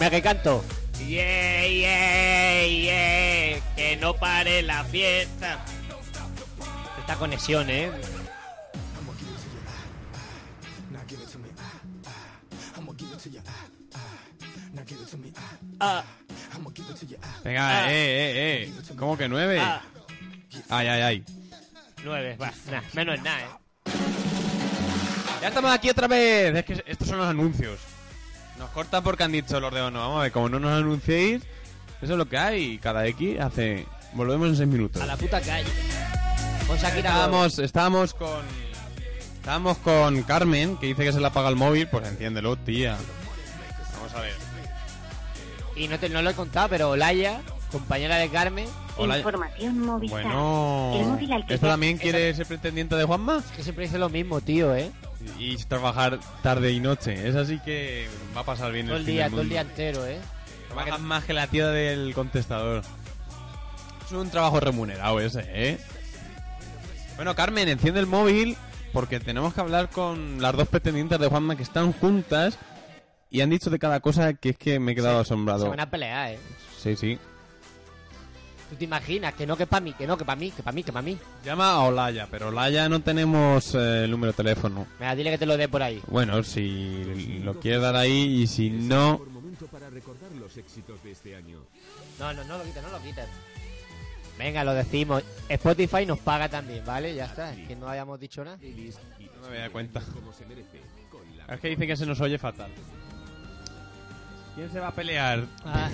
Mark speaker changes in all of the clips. Speaker 1: Me que canto.
Speaker 2: Yeah, yeah, yeah, que no pare la fiesta. Esta conexión, ¿eh? Ah,
Speaker 3: Venga,
Speaker 2: Ah.
Speaker 3: eh, eh, eh. ¿Cómo que nueve?
Speaker 2: ah,
Speaker 3: Ay, ay, ay.
Speaker 2: nueve, va, nah, menos nada, ¿eh?
Speaker 3: Ya estamos aquí otra vez. Es que estos son los anuncios. Nos cortan porque han dicho los de no. Vamos a ver, como no nos anunciéis, eso es lo que hay. Cada X hace. Volvemos en seis minutos.
Speaker 1: A la puta calle. Con Shakira.
Speaker 3: Estábamos, estábamos con. Estábamos con Carmen, que dice que se le apaga el móvil. Pues enciéndelo, tía. Vamos a ver.
Speaker 1: Y no, te, no lo he contado, pero Olaya, compañera de Carmen,
Speaker 3: Hola.
Speaker 4: Información Movistar. El
Speaker 3: Bueno.
Speaker 4: móvil al que
Speaker 3: ¿Esto
Speaker 4: te-
Speaker 3: también quiere ser pretendiente de Juanma?
Speaker 1: que siempre dice lo mismo, tío, ¿eh?
Speaker 3: Y trabajar tarde y noche. Es así que va a pasar bien
Speaker 1: Todo el
Speaker 3: fin
Speaker 1: día,
Speaker 3: del
Speaker 1: todo el
Speaker 3: mundo.
Speaker 1: día entero, ¿eh?
Speaker 3: Trabajan más que la tía del contestador. Es un trabajo remunerado ese, ¿eh? Bueno, Carmen, enciende el móvil porque tenemos que hablar con las dos pretendientes de Juanma que están juntas y han dicho de cada cosa que es que me he quedado
Speaker 1: Se
Speaker 3: asombrado.
Speaker 1: van a pelear, ¿eh?
Speaker 3: Sí, sí.
Speaker 1: ¿Tú te imaginas? Que no, que para mí, que no, que para mí, que para mí, que para mí.
Speaker 3: Llama a Olaya, pero Olaya no tenemos eh, el número de teléfono.
Speaker 1: Mira, dile que te lo dé por ahí.
Speaker 3: Bueno, si lo quieres dar ahí y si no...
Speaker 5: Por momento para recordar los éxitos de este año.
Speaker 1: No, no, no lo quites, no lo quites. Venga, lo decimos. Spotify nos paga también, ¿vale? Ya está, es que no hayamos dicho nada.
Speaker 5: Playlist y
Speaker 3: No me había dado cuenta.
Speaker 5: como se merece. Con la
Speaker 3: Es que dicen que se nos oye fatal. ¿Quién se va a pelear?
Speaker 1: Ah,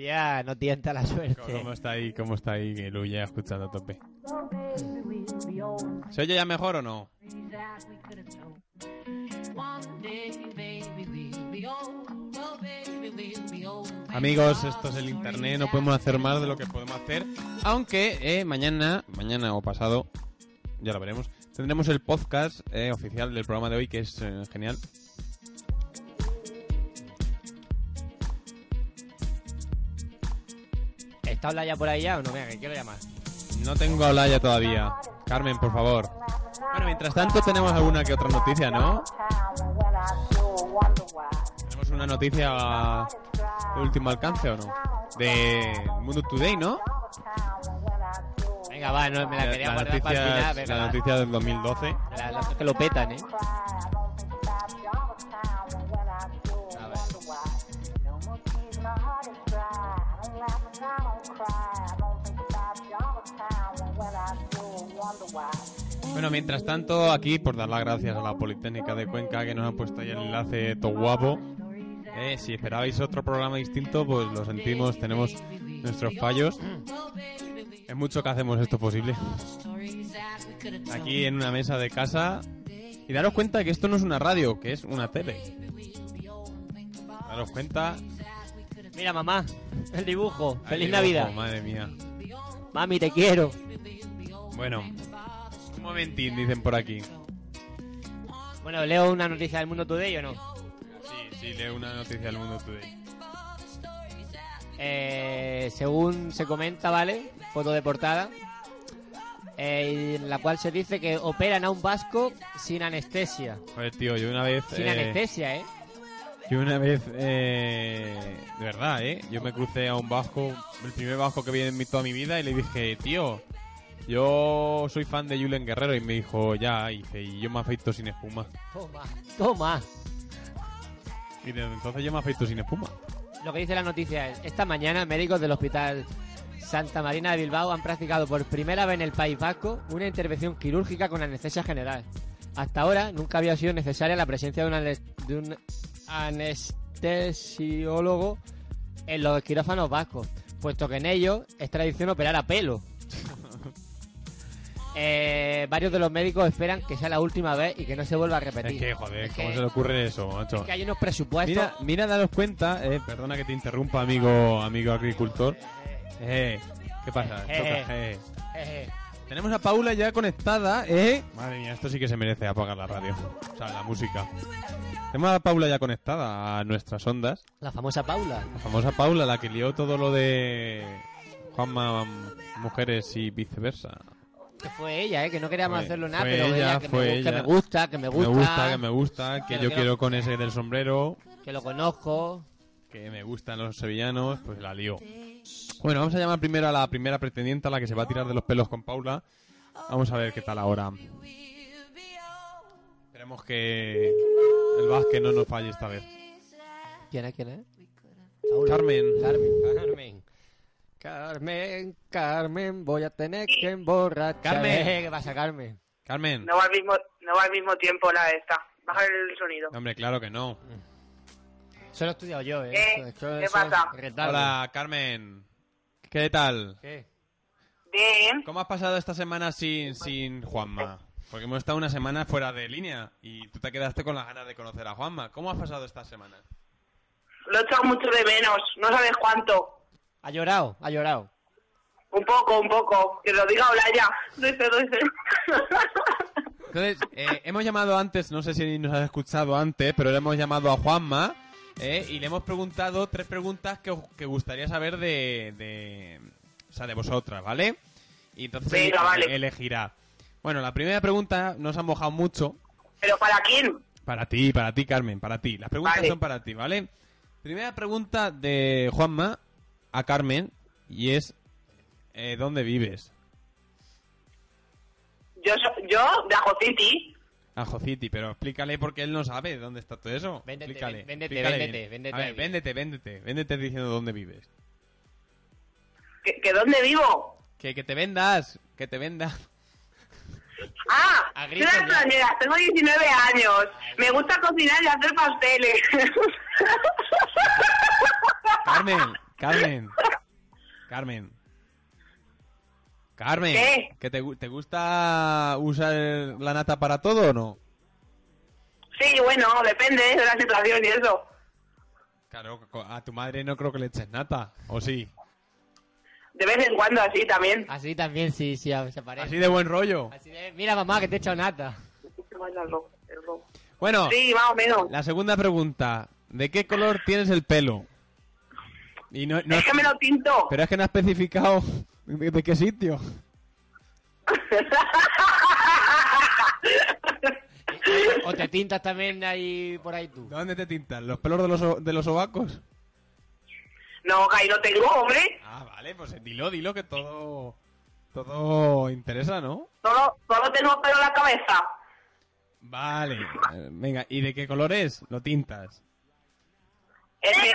Speaker 1: ya, no tienta la suerte.
Speaker 3: ¿Cómo está ahí? ¿Cómo está ahí? Que Luya escuchando a tope. ¿Se oye ya mejor o no? Amigos, esto es el internet, no podemos hacer más de lo que podemos hacer. Aunque eh, mañana, mañana o pasado, ya lo veremos, tendremos el podcast eh, oficial del programa de hoy que es eh, genial.
Speaker 1: ¿Está Olaya por ahí ya o no? Venga, que quiero llamar.
Speaker 3: No tengo a Olaya todavía. Carmen, por favor. Bueno, mientras tanto tenemos alguna que otra noticia, ¿no? Tenemos una noticia de último alcance o no? De Mundo Today, ¿no?
Speaker 1: Venga, va, no, me la quería guardar para el final.
Speaker 3: noticia,
Speaker 1: Venga,
Speaker 3: la
Speaker 1: va.
Speaker 3: noticia del 2012.
Speaker 1: La- la- que lo petan, ¿eh? A ver.
Speaker 3: Bueno, mientras tanto, aquí por dar las gracias a la Politécnica de Cuenca que nos ha puesto ahí el enlace todo guapo. Eh, si esperabais otro programa distinto, pues lo sentimos, tenemos nuestros fallos. Es mucho que hacemos esto posible. Aquí en una mesa de casa. Y daros cuenta que esto no es una radio, que es una tele. Daros cuenta.
Speaker 1: Mira, mamá, el dibujo.
Speaker 3: Ahí
Speaker 1: Feliz
Speaker 3: dibujo,
Speaker 1: Navidad.
Speaker 3: oh, Madre mía.
Speaker 1: Mami, te quiero.
Speaker 3: Bueno, un momentín, dicen por aquí.
Speaker 1: Bueno, leo una noticia del mundo today o no.
Speaker 3: Sí, sí, leo una noticia del Mundo Today.
Speaker 1: Eh, según se comenta, ¿vale? Foto de portada. eh, en la cual se dice que operan a un vasco sin anestesia.
Speaker 3: A ver, tío, yo una vez.
Speaker 1: Sin
Speaker 3: eh,
Speaker 1: anestesia, ¿eh?
Speaker 3: Yo una vez, eh, de verdad, ¿eh? Yo me crucé a un vasco, el primer vasco que vi en mi- toda mi vida, y le dije, tío, yo soy fan de Julen Guerrero, y me dijo, ya, y, dice, y yo me afeito sin espuma.
Speaker 1: Toma, toma.
Speaker 3: Y desde entonces yo me afeito sin espuma.
Speaker 1: Lo que dice la noticia es, esta mañana médicos del Hospital Santa Marina de Bilbao han practicado por primera vez en el País Vasco una intervención quirúrgica con anestesia general. Hasta ahora nunca había sido necesaria la presencia de un, ane- de un anestesiólogo en los quirófanos vascos, puesto que en ellos es tradición operar a pelo. Eh, varios de los médicos esperan que sea la última vez y que no se vuelva a repetir.
Speaker 3: Es que, joder,
Speaker 1: Pues Es
Speaker 3: ¿cómo
Speaker 1: que-
Speaker 3: se le ocurre eso, macho?
Speaker 1: es que hay unos presupuestos.
Speaker 3: Mira, mira, daros cuenta, eh, perdona que te interrumpa, amigo, amigo agricultor. Eh, ¿qué pasa?
Speaker 1: Eh.
Speaker 3: Choca, eh.
Speaker 1: Eh, eh.
Speaker 3: Tenemos a Paula ya conectada, ¿eh? Madre mía, esto sí que se merece apagar la radio. O sea, la música. Tenemos a Paula ya conectada a nuestras ondas.
Speaker 1: la famosa Paula.
Speaker 3: La famosa Paula, la que lió todo lo de Juanma Mujeres y viceversa.
Speaker 1: Que fue ella, ¿eh? que no queríamos
Speaker 3: Fue-
Speaker 1: hacerlo nada,
Speaker 3: fue
Speaker 1: pero
Speaker 3: ella,
Speaker 1: ella, que, me,
Speaker 3: fue
Speaker 1: gu- que
Speaker 3: ella.
Speaker 1: me gusta, que me gusta,
Speaker 3: Me gusta, que me gusta, que
Speaker 1: Claro,
Speaker 3: yo
Speaker 1: que no.
Speaker 3: quiero con ese del sombrero.
Speaker 1: que lo conozco.
Speaker 3: que me gustan los sevillanos, pues la lío. Bueno, vamos a llamar primero a la primera pretendiente, a la que se va a tirar de los pelos con Paula. Vamos a ver qué tal ahora. Esperemos que el Vázquez no nos falle esta vez.
Speaker 1: ¿Quién es? ¿Quién es?
Speaker 3: Carmen.
Speaker 1: Carmen, Carmen. Carmen, Carmen, voy a tener que emborrachar.
Speaker 3: Carmen.
Speaker 1: ¿qué pasa, Carmen?
Speaker 3: Carmen.
Speaker 6: No va al mismo, no va al mismo tiempo la esta. Baja el sonido.
Speaker 3: Hombre, claro que no.
Speaker 1: Eso lo he estudiado yo, ¿eh?
Speaker 6: ¿Qué?
Speaker 1: Eso- eso-
Speaker 6: ¿Qué
Speaker 1: eso
Speaker 6: pasa?
Speaker 1: es retardo.
Speaker 3: Hola, Carmen. ¿Qué tal?
Speaker 1: ¿Qué?
Speaker 6: Bien.
Speaker 3: ¿Cómo has pasado esta semana sin, sin Juanma? Porque hemos estado una semana fuera de línea y tú te quedaste con las ganas de conocer a Juanma. ¿Cómo has pasado esta semana?
Speaker 6: Lo he echado mucho de menos. No sabes cuánto.
Speaker 1: Ha llorado, ha llorado.
Speaker 6: Un poco, un poco. Que lo diga Olaya. Dice, dice.
Speaker 3: Entonces, eh, hemos llamado antes, no sé si nos has escuchado antes, pero le hemos llamado a Juanma eh, y le hemos preguntado tres preguntas que, os- que gustaría saber de, de- o sea, de vosotras, ¿vale? Y entonces
Speaker 6: Venga,
Speaker 3: él-
Speaker 6: vale.
Speaker 3: elegirá. Bueno, la primera pregunta nos ha mojado mucho,
Speaker 6: ¿Pero para quién?
Speaker 3: Para ti, para ti, Carmen, para ti. Las preguntas
Speaker 6: Vale.
Speaker 3: son para ti, ¿vale? Primera pregunta de Juanma a Carmen y es eh, ¿dónde vives?
Speaker 6: Yo, so- yo de Ajo City.
Speaker 3: A Jociti, pero explícale porque él no sabe dónde está todo eso.
Speaker 1: Véndete,
Speaker 3: explícale,
Speaker 1: ven- véndete,
Speaker 3: explícale
Speaker 1: véndete,
Speaker 3: bien.
Speaker 1: véndete
Speaker 3: A ver,
Speaker 1: ahí.
Speaker 3: véndete, véndete, véndete diciendo dónde vives.
Speaker 6: ¿Que, que dónde vivo?
Speaker 3: Que, que te vendas, que te vendas.
Speaker 6: Ah,
Speaker 1: A
Speaker 6: soy
Speaker 1: gritos,
Speaker 6: una
Speaker 1: ya.
Speaker 6: extranjera. Tengo 19 años. Me gusta cocinar y hacer pasteles.
Speaker 3: Carmen, Carmen, Carmen. Carmen,
Speaker 6: ¿Qué?
Speaker 3: ¿que te, gu- ¿te gusta usar la nata para todo o no?
Speaker 6: sí, bueno, depende de la situación y eso.
Speaker 3: Claro, co- a tu madre no creo que le eches nata, ¿o sí?
Speaker 6: De vez en cuando así también.
Speaker 1: Así también, sí, sí, a- se parece.
Speaker 3: Así de buen rollo.
Speaker 1: Así de, mira mamá, que te he echado nata.
Speaker 3: Bueno,
Speaker 6: Sí, más o menos.
Speaker 3: la segunda pregunta. ¿De qué color tienes el pelo? Y no, no-
Speaker 6: es que me lo tinto.
Speaker 3: Pero es que no ha especificado de, de qué sitio.
Speaker 1: O te tintas también ahí por ahí tú.
Speaker 3: ¿Dónde te tintas? ¿Los pelos de los, o- de los sobacos?
Speaker 6: No, que ahí lo tengo, hombre.
Speaker 3: Ah, vale, pues eh, dilo, dilo, que todo... Todo interesa, ¿no?
Speaker 6: Solo, solo tengo pelo en la cabeza.
Speaker 3: Vale. eh, Venga, ¿y de qué color es? Lo tintas.
Speaker 6: Es ne-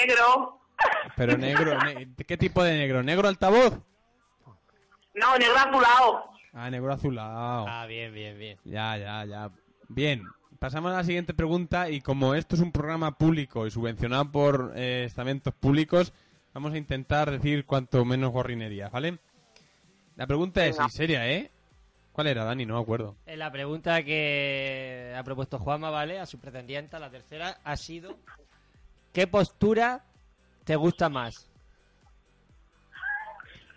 Speaker 6: negro.
Speaker 3: Pero negro... ne- ¿Qué tipo de negro? ¿Negro altavoz?
Speaker 6: No, negro azulado.
Speaker 3: Ah, negro azulado.
Speaker 1: Ah, bien, bien, bien.
Speaker 3: Ya, ya, ya. Bien, pasamos a la siguiente pregunta y como esto es un programa público y subvencionado por eh, estamentos públicos, vamos a intentar decir cuanto menos gorrinerías, ¿vale? La pregunta es,
Speaker 6: Venga.
Speaker 3: y seria, ¿eh? ¿Cuál era, Dani? No me acuerdo.
Speaker 1: Eh, La pregunta que ha propuesto Juanma, ¿vale? A su pretendiente, la tercera, ha sido ¿qué postura te gusta más?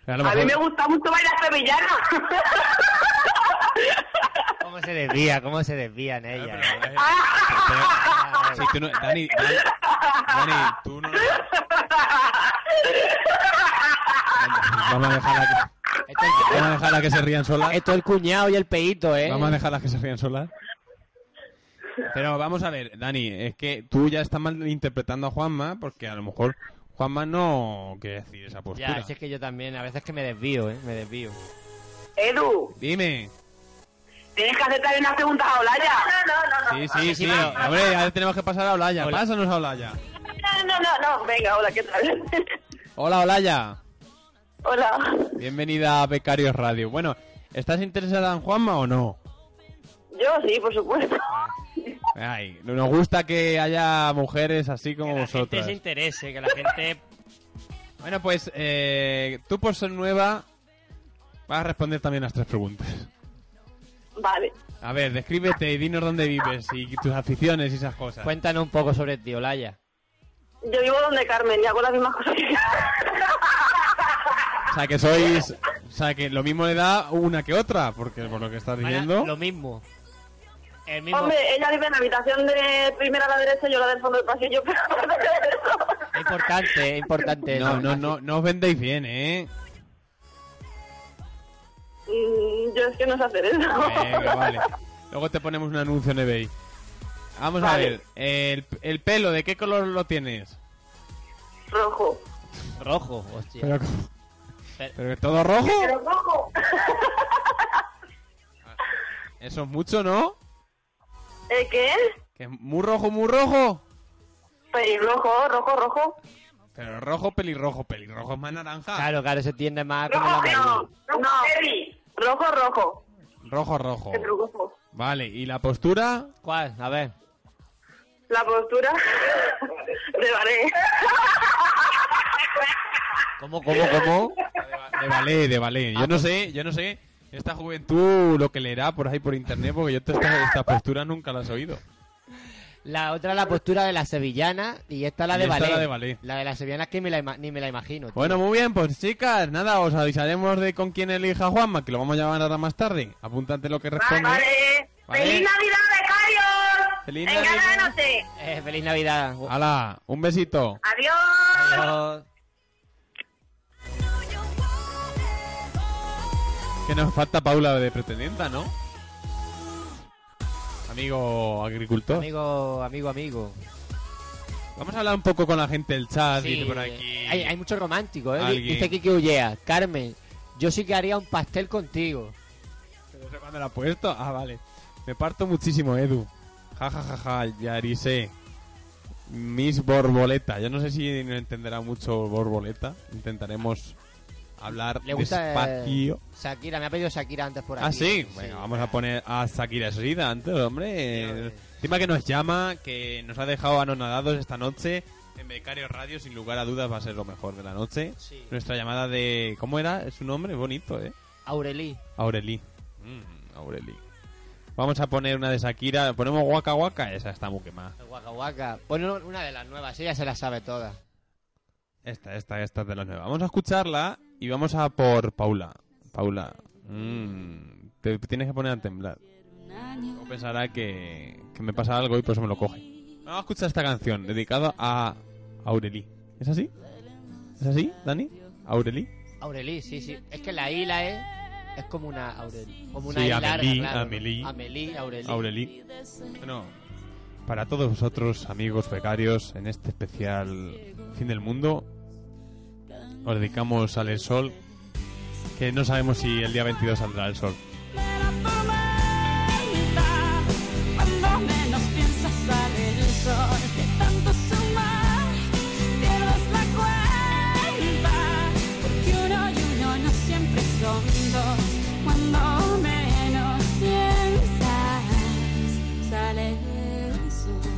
Speaker 3: A, lo
Speaker 6: A mí me
Speaker 3: mejor-
Speaker 6: gusta mucho bailar sevillana.
Speaker 1: ¿Cómo se desvía? ¿Cómo se desvían ellas?
Speaker 3: Pero, eh, pero- sí, tú no- Dani, Dani, Dani, tú no... Vamos a dejarla que,
Speaker 1: Esto es-
Speaker 3: vamos a dejarla que se rían solas.
Speaker 1: Esto es el cuñado y el peito, ¿eh?
Speaker 3: Vamos a dejarlas que se rían solas. Pero vamos a ver, Dani, es que tú ya estás mal interpretando a Juanma, porque a lo mejor Juanma no quiere decir esa postura.
Speaker 1: Ya, si es que yo también, a veces que me desvío, ¿eh? Me desvío.
Speaker 6: Edu,
Speaker 3: Dime.
Speaker 6: tienes que hacer también unas preguntas a Olaya.
Speaker 3: Sí, sí, sí.
Speaker 1: pero-
Speaker 3: Hombre, ahora tenemos que pasar a Olaya.
Speaker 1: Hola.
Speaker 3: Pásanos a Olaya.
Speaker 6: No, no, no, no. Venga, hola, ¿qué tal?
Speaker 3: Hola, Olaya.
Speaker 6: hola.
Speaker 3: Bienvenida a Becarios Radio. Bueno, ¿estás interesada en Juanma o no?
Speaker 6: Yo sí, por supuesto.
Speaker 3: Ah. Ay, no nos gusta que haya mujeres así como
Speaker 1: que la gente
Speaker 3: vosotras.
Speaker 1: se interese, que la gente...
Speaker 3: Bueno, pues eh, tú por ser nueva vas a responder también las tres preguntas.
Speaker 6: Vale.
Speaker 3: A ver, descríbete y dinos dónde vives y tus aficiones y esas cosas.
Speaker 1: Cuéntanos un poco sobre ti, Olaya.
Speaker 6: Yo vivo donde Carmen y hago las mismas cosas que
Speaker 3: O sea, que sois... O sea, que lo mismo le da una que otra, porque por lo que estás
Speaker 1: Ahora,
Speaker 3: diciendo...
Speaker 1: Lo mismo. El mismo...
Speaker 6: Hombre, ella vive en la habitación de primera a la derecha y yo la del fondo del pasillo, pero aparte de eso.
Speaker 1: Es importante, es importante.
Speaker 3: No,
Speaker 1: eso.
Speaker 3: no, no, no os vendéis bien, ¿eh?
Speaker 6: Mm, Yo es que no sé hacer eso.
Speaker 3: Venga, vale. Luego te ponemos un anuncio en eBay. Vamos a
Speaker 6: Vale.
Speaker 3: ver, el, el pelo, ¿de qué color lo tienes?
Speaker 6: rojo.
Speaker 2: Rojo, hostia.
Speaker 1: Pero,
Speaker 2: Pero-
Speaker 1: pero que todo rojo.
Speaker 6: Pero rojo.
Speaker 3: Eso es mucho, ¿no?
Speaker 6: ¿El qué?
Speaker 3: Que es muy rojo, muy rojo.
Speaker 6: Pelirrojo, Pues, rojo, rojo.
Speaker 3: Pero rojo, pelirrojo, pelirrojo es más naranja.
Speaker 1: Claro, claro, se tiende más como la
Speaker 6: Rojo,
Speaker 1: amarilla.
Speaker 6: no. No, rojo, rojo.
Speaker 3: Rojo, rojo.
Speaker 6: El rojo.
Speaker 3: Vale, ¿y la postura?
Speaker 1: ¿Cuál? A ver.
Speaker 6: La postura de Baré.
Speaker 1: ¿Cómo, cómo, cómo?
Speaker 3: De ballet, de ballet. Yo no sé, yo no sé esta juventud lo que leerá por ahí por internet porque yo te- estas estas posturas nunca las he oído.
Speaker 1: La otra la postura de la sevillana y esta la
Speaker 3: Y
Speaker 1: de
Speaker 3: esta
Speaker 1: ballet.
Speaker 3: la de ballet.
Speaker 1: La de la sevillana es que me la ima- ni me la imagino. tío.
Speaker 3: Bueno, muy bien, pues chicas, nada, os avisaremos de con quién elija Juanma, que lo vamos a llamar ahora más tarde. Apúntate lo que responde.
Speaker 6: Vale.
Speaker 3: Vale.
Speaker 6: ¡Feliz Navidad, becarios!
Speaker 3: Feliz
Speaker 6: Venga,
Speaker 3: Navidad.
Speaker 6: la noche.
Speaker 1: Eh, feliz Navidad.
Speaker 3: Hala, un besito.
Speaker 6: Adiós.
Speaker 1: Adiós.
Speaker 3: Que nos falta Paula de pretendienta, ¿no? Amigo agricultor.
Speaker 1: Amigo, amigo, amigo.
Speaker 3: Vamos a hablar un poco con la gente del chat.
Speaker 1: Sí,
Speaker 3: dice por aquí.
Speaker 1: Hay, hay mucho romántico, ¿eh?
Speaker 3: Alguien.
Speaker 1: Dice Kiki Ullea. Carmen, yo sí que haría un pastel contigo.
Speaker 3: Pero sé cuándo la ha puesto. Ah, vale. Me parto muchísimo, Edu. Ja, ja, ja, ja, Yarise. Miss Borboleta. Yo no sé si no entenderá mucho Borboleta. Intentaremos hablar
Speaker 1: Le gusta... eh,
Speaker 3: despacio.
Speaker 1: Shakira, me ha pedido Shakira antes por aquí.
Speaker 3: Ah, sí. Bueno, vamos a poner a Shakira Sherida antes,
Speaker 1: Tío,
Speaker 3: hombre.
Speaker 1: eh.
Speaker 3: Encima que nos llama, que nos ha dejado anonadados esta noche. En Becario Radio, sin lugar a dudas, va a ser lo mejor de la noche.
Speaker 1: Sí.
Speaker 3: Nuestra llamada de... ¿Cómo era? Su nombre bonito, ¿eh?
Speaker 1: Aurelí.
Speaker 3: Aureli. Aureli. Vamos a poner una de Shakira. Ponemos Waka Waka. Esa está muy quemada.
Speaker 1: El Guaca guaca. Pon un- una de las nuevas, ella se la sabe todas.
Speaker 3: Esta, esta, esta es de la nueva. Vamos a escucharla y vamos a por Paula. Paula. mm, te tienes que poner a temblar. O pensará que, que me pasa algo y por eso me lo coge. Vamos a escuchar esta canción dedicada a Aureli. ¿Es así? ¿Es así, Dani? ¿Aureli?
Speaker 1: Aurelí, sí, sí. Es que la I, la E, es como una Aurelí. Como una
Speaker 3: Sí,
Speaker 1: I larga,
Speaker 3: Amelí,
Speaker 1: claro.
Speaker 3: Amelí.
Speaker 1: Amelí, Aurelí.
Speaker 3: Aureli. Bueno, para todos vosotros, amigos becarios, en este especial Fin del Mundo, os dedicamos al El Sol, que no sabemos si el día 22 saldrá el sol.
Speaker 7: Cuando menos piensas sale el sol De tanto sumar pierdes la cuenta Porque uno y uno no siempre son dos Cuando menos piensas sale el sol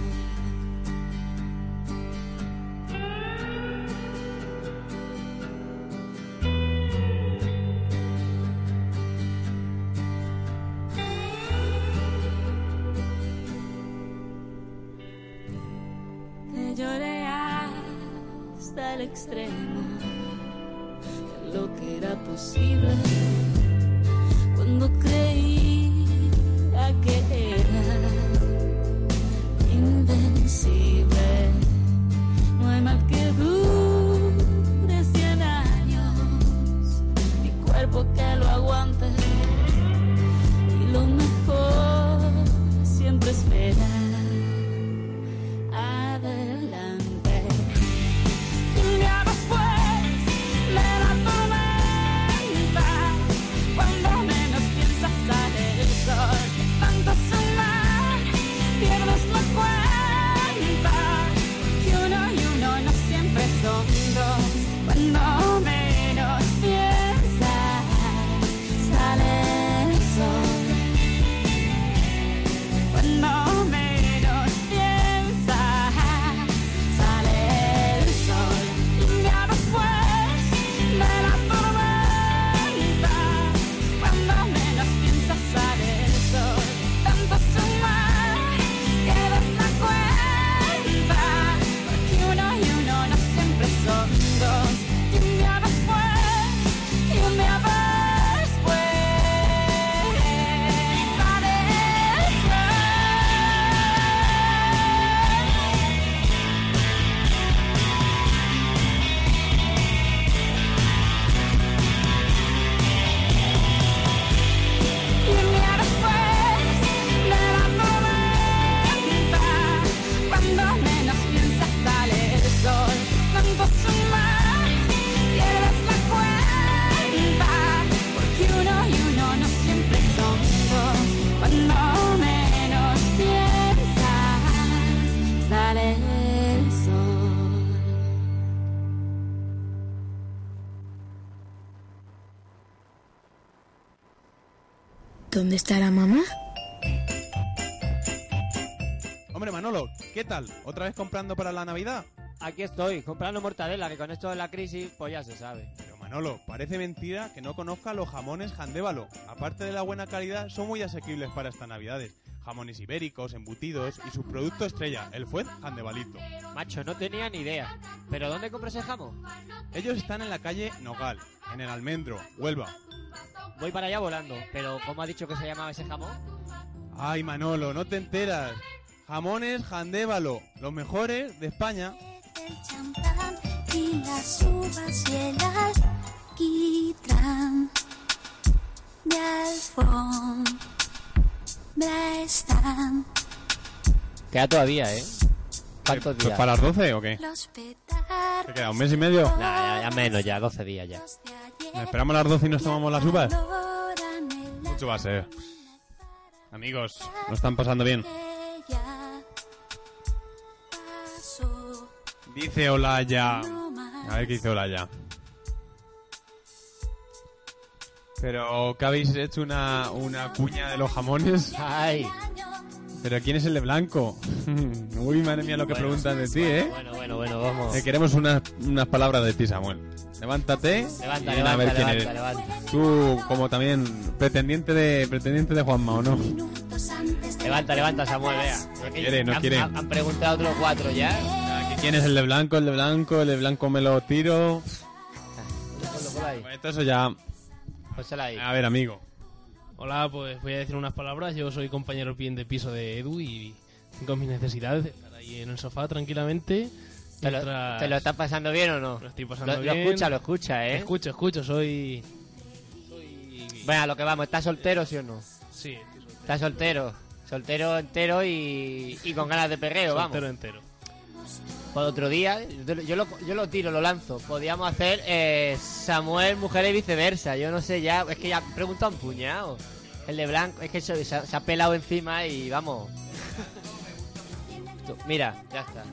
Speaker 7: Te lloré hasta el extremo de lo que era posible cuando creía que era invencible. No hay mal que dure cien años, mi cuerpo que lo aguante y lo mejor siempre espera adelante. Un día después de pues, la tormenta, cuando menos piensas sale el sol, de tanto sumar, pierdes la cuenta.
Speaker 8: ¿Dónde estará mamá?
Speaker 3: Hombre, Manolo, ¿qué tal? ¿Otra vez comprando para la Navidad?
Speaker 1: Aquí estoy, comprando mortadela, que con esto de la crisis, pues ya se sabe.
Speaker 3: Pero Manolo, parece mentira que no conozca los jamones Jandévalo. Aparte de la buena calidad, son muy asequibles para estas Navidades. Jamones ibéricos, embutidos y su producto estrella, el fuet Jandebalito.
Speaker 1: Macho, no tenía ni idea. ¿Pero dónde compras ese jamón?
Speaker 3: Ellos están en la calle Nogal, en el Almendro, Huelva.
Speaker 1: Voy para allá volando, pero ¿cómo ha dicho que se llamaba ese jamón?
Speaker 3: Ay, Manolo, no te enteras. Jamones Jandévalo, los mejores de España.
Speaker 9: El champán y las uvas y el alquitrán de alfombra están
Speaker 1: Queda todavía, ¿eh? ¿Cuántos días?
Speaker 3: Eh, pues ¿Para las 12 o qué?
Speaker 9: los petardos
Speaker 3: ¿Te queda un mes y medio?
Speaker 1: Nah, ya, ya menos, ya, 12 días ya.
Speaker 9: de ayer
Speaker 3: ¿Esperamos las 12 y nos tomamos las uvas?
Speaker 9: doran el
Speaker 3: Mucho va a ser. Amigos, lo están pasando bien.
Speaker 9: que ya pasó
Speaker 3: Dice Olaya.
Speaker 9: no más.
Speaker 3: A ver qué dice Olaya. Pero que habéis hecho una, una cuña de los jamones.
Speaker 1: Ay,
Speaker 3: Pero ¿quién es el de blanco? Uy, madre mía, lo que preguntan de ti, ¿eh?
Speaker 1: bueno, bueno, bueno, vamos.
Speaker 3: Te queremos unas, unas palabras de ti, Samuel. Levántate
Speaker 1: Levanta,
Speaker 3: y ven
Speaker 1: levanta,
Speaker 3: a ver quién
Speaker 1: levanta,
Speaker 3: eres.
Speaker 1: levanta.
Speaker 3: Tú, como también pretendiente de pretendiente de Juanma, ¿o no?
Speaker 9: minutos antes de
Speaker 1: Levanta, levanta, Samuel, vea.
Speaker 3: quiere, no
Speaker 1: Han-
Speaker 3: quiere.
Speaker 1: Han, han preguntado otros cuatro ya.
Speaker 3: Ah, ¿Quién es el de blanco? El de blanco, el de blanco me lo tiro.
Speaker 1: Ponlo, ponlo ahí.
Speaker 3: Bueno, todo eso ya.
Speaker 1: Pónsela ahí.
Speaker 3: A ver, amigo.
Speaker 10: Hola, pues voy a decir unas palabras. Yo soy compañero bien de piso de Edu y tengo mis necesidades de estar ahí en el sofá tranquilamente.
Speaker 1: ¿Te lo,
Speaker 10: mientras-
Speaker 1: te lo estás pasando bien o no?
Speaker 10: Lo estoy pasando
Speaker 1: lo,
Speaker 10: bien.
Speaker 1: Lo escucha, lo escucha, ¿eh?
Speaker 10: Escucho, escucho, soy... soy...
Speaker 1: Bueno, a lo que vamos, ¿estás soltero, sí o no?
Speaker 10: Sí, estoy soltero,
Speaker 1: Estás soltero. Soltero entero y, y con ganas de perreo, vamos.
Speaker 10: soltero entero.
Speaker 1: Por otro día, yo lo- yo lo, yo lo tiro, lo lanzo. Podíamos hacer eh, Samuel, mujer y viceversa. Yo no sé, ya, es que ya pregunta un puñado. El de blanco, es que se, se ha- se ha pelado encima y vamos. Tú, Mira, ya está.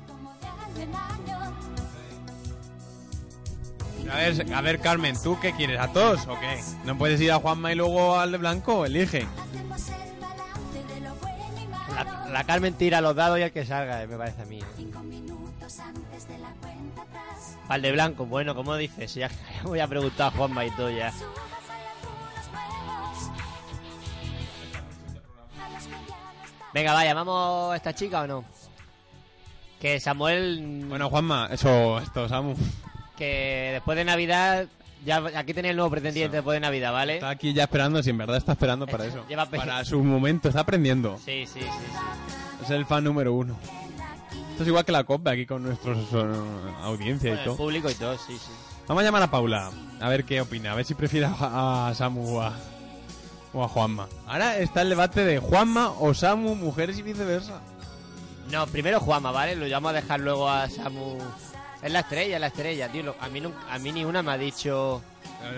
Speaker 3: A ver, a ver, Carmen, ¿tú qué quieres? ¿A todos o qué? ¿No puedes ir a Juanma y luego al de blanco? Elige.
Speaker 9: hacemos el balance de lo bueno y
Speaker 1: La,
Speaker 9: malo
Speaker 1: la Carmen tira los dados y el que salga, eh, me parece a mí. eh.
Speaker 9: cinco minutos antes de la cuenta atrás
Speaker 1: Pal de blanco, bueno, como dices, ya voy a preguntar a Juanma y todo ya.
Speaker 9: Subas hay algunos nuevos. A los que ya no están.
Speaker 1: Venga, vaya, ¿vamos a esta chica o no? Que Samuel. mm,
Speaker 3: Bueno, Juanma, eso, esto, Samu.
Speaker 1: Que después de Navidad. Ya, aquí tenéis el nuevo pretendiente después de Navidad, ¿vale?
Speaker 3: Está aquí ya esperando, si en verdad está esperando para eso.
Speaker 1: Lleva pe-
Speaker 3: Para su momento, está aprendiendo.
Speaker 1: Sí, sí, sí. sí.
Speaker 3: Es el fan número uno. Esto es igual que la COP aquí con nuestros eh, audiencia
Speaker 1: Bueno,
Speaker 3: y
Speaker 1: el
Speaker 3: todo.
Speaker 1: público y todo, sí, sí.
Speaker 3: Vamos a llamar a Paula, a ver qué opina, a ver si prefiere a, a Samu o a, o a Juanma. Ahora está el debate de Juanma o Samu, mujeres y viceversa.
Speaker 1: No, primero Juanma, ¿vale? Lo vamos a dejar luego a Samu. Es la estrella, es la estrella, tío. Lo- A mí, nunca- a mí ni una me ha dicho.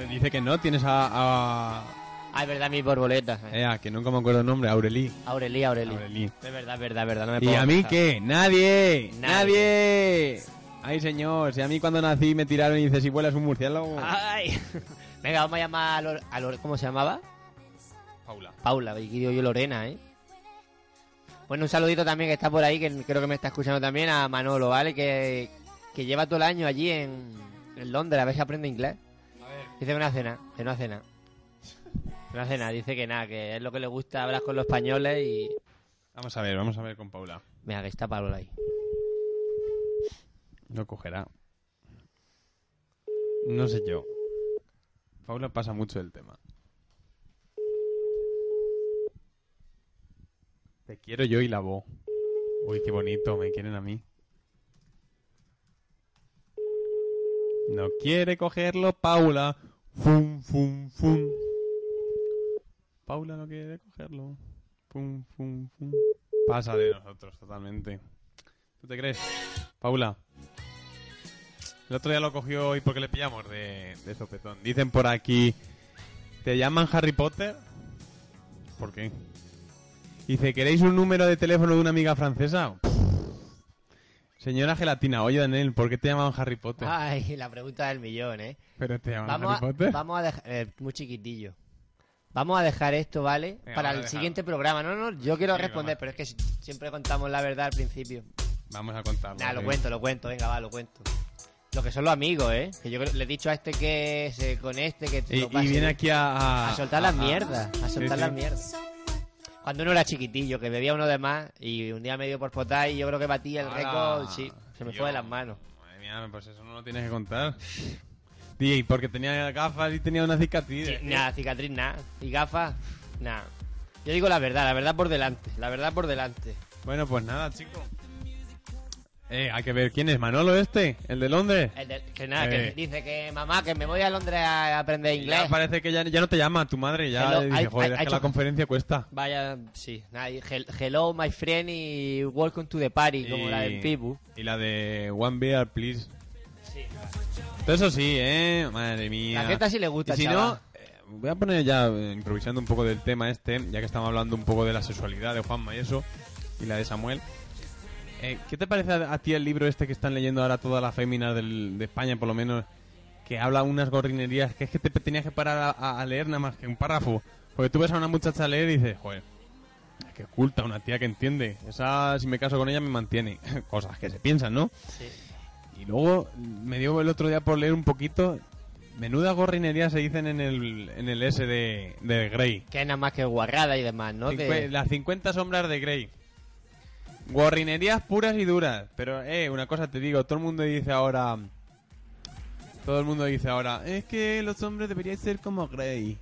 Speaker 3: Eh, Dice que no, tienes a... a-
Speaker 1: Ah, es verdad, mis borboletas. eh.
Speaker 3: eh, a que nunca me acuerdo el nombre, Aurelí.
Speaker 1: Aurelí, Aurelí.
Speaker 3: Aurelí.
Speaker 1: Es verdad, es verdad, es verdad. no me
Speaker 3: ¿Y
Speaker 1: puedo
Speaker 3: a mí
Speaker 1: dejar.
Speaker 3: qué? ¡Nadie!
Speaker 1: Nadie.
Speaker 3: ¡Nadie! Ay, señor, si a mí cuando nací me tiraron y dice si vuelas un murciélago...
Speaker 1: ¡Ay! Venga, vamos a llamar a, Lor- a Lor- ¿Cómo se llamaba?
Speaker 3: Paula.
Speaker 1: Paula, y digo yo Lorena, ¿eh? Bueno, un saludito también que está por ahí, que creo que me está escuchando también, a Manolo, ¿vale? Que, que lleva todo el año allí en, en Londres, a ver si aprende inglés. Dice que no hace nada, que no hace nada. Que No hace nada, dice que nada, que es lo que le gusta hablar con los españoles y...
Speaker 3: Vamos a ver, vamos a ver con Paula.
Speaker 1: Mira, que está Paula ahí.
Speaker 3: Lo cogerá. No sé yo. Paula pasa mucho el tema. Te quiero yo y la voz. Uy, qué bonito, me quieren a mí. No quiere cogerlo, Paula. Fum, fum, fum. Paula no quiere cogerlo. Fum, fum, fum. Pasa de nosotros totalmente. ¿Tú te crees? Paula. El otro día lo cogió y porque le pillamos de, de sopetón. Dicen por aquí, ¿te llaman Harry Potter? ¿Por qué? Dice, ¿queréis un número de teléfono de una amiga francesa? Pff. Señora Gelatina, oye Daniel, ¿por qué te llaman Harry Potter?
Speaker 1: Ay, la pregunta del millón, ¿eh?
Speaker 3: Pero te llaman
Speaker 1: Vamos
Speaker 3: Harry
Speaker 1: a,
Speaker 3: Potter.
Speaker 1: vamos a dejar... eh, muy chiquitillo. Vamos a dejar esto, ¿vale? Para
Speaker 3: Venga, vamos a
Speaker 1: el
Speaker 3: dejarlo.
Speaker 1: siempre programa. No, no, yo quiero
Speaker 3: Sí,
Speaker 1: responder,
Speaker 3: vamos.
Speaker 1: pero es que si- siempre contamos la verdad al principio.
Speaker 3: Vamos a contarlo.
Speaker 1: Nada, Ah, lo
Speaker 3: ¿eh?
Speaker 1: cuento, lo cuento, venga, va, lo cuento. Lo que son los amigos, ¿eh? Que yo creo- le he dicho a este que se con este, que
Speaker 3: Y,
Speaker 1: lo
Speaker 3: y
Speaker 1: pase.
Speaker 3: viene aquí a...
Speaker 1: A soltar las mierdas, a soltar
Speaker 3: sí.
Speaker 1: las mierdas. Cuando uno era chiquitillo, que bebía uno de más y un día me dio por potar y yo creo que batía el
Speaker 3: Ala,
Speaker 1: récord, sí, se me
Speaker 3: tío.
Speaker 1: fue de las manos.
Speaker 3: Madre mía, pues eso no lo tienes que contar. DJ, porque tenía gafas y tenía una cicatriz.
Speaker 1: Sí, nada, cicatriz, nada. Y gafas, nada. Yo digo la verdad, la verdad por delante, la verdad por delante.
Speaker 3: Bueno, pues nada, chicos. Eh, hay que ver quién es Manolo este, el de Londres.
Speaker 1: El de- que nada,
Speaker 3: Eh.
Speaker 1: que dice que mamá, que me voy a Londres a aprender inglés.
Speaker 3: Ya parece que ya, ya no te llama tu madre, ya
Speaker 1: Hello,
Speaker 3: dice,
Speaker 1: hay-
Speaker 3: joder,
Speaker 1: hay-
Speaker 3: es
Speaker 1: hay
Speaker 3: que la
Speaker 1: choc-
Speaker 3: conferencia cuesta.
Speaker 1: Vaya, sí, nada, y hel- hello my friend y welcome to the party, como la del Pibu.
Speaker 3: Y la de One Beer, please.
Speaker 1: Sí.
Speaker 3: Todo eso sí, eh, madre mía.
Speaker 1: La gente sí le gusta,
Speaker 3: Y si
Speaker 1: chaval.
Speaker 3: no, eh, voy a poner ya, eh, improvisando un poco del tema este, ya que estamos hablando un poco de la sexualidad de Juanma y eso, y la de Samuel. Eh, ¿Qué te parece a, a ti el libro este que están leyendo ahora todas las féminas del- de España, por lo menos, que habla unas gorrinerías que es que te pe- tenías que parar a- a, a leer nada más que un párrafo? Porque tú ves a una muchacha leer y dices, joder, es que es culta, una tía que entiende. Esa, si me caso con ella, me mantiene. Cosas que se piensan, ¿no? Y luego me dio el otro día por leer un poquito. Menuda gorrinería se dicen en el, en el S de, de Grey.
Speaker 1: Que es nada más que guarrada y demás, ¿no?
Speaker 3: Cincu-
Speaker 1: De-
Speaker 3: Las 50 sombras de Grey. Gorrinerías puras y duras. Pero, eh, una cosa te digo, todo el mundo dice ahora... Todo el mundo dice ahora, es que los hombres deberían ser como Grey.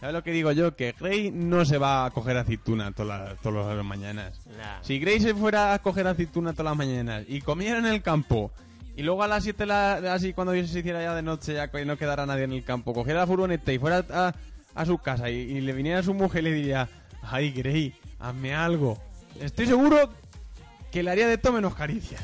Speaker 3: ¿Sabes lo que digo yo? Que Grey no se va a coger aceituna todas las- todas las mañanas.
Speaker 1: Nah.
Speaker 3: Si Grey se fuera a coger aceituna todas las mañanas y comiera en el campo, y luego a las 7, la, así cuando se hiciera ya de noche, ya que no quedara nadie en el campo, cogiera la furgoneta y fuera a, a su casa y, y le viniera su mujer y le diría, ay Grey, hazme algo. Estoy seguro que le haría de todo menos caricias.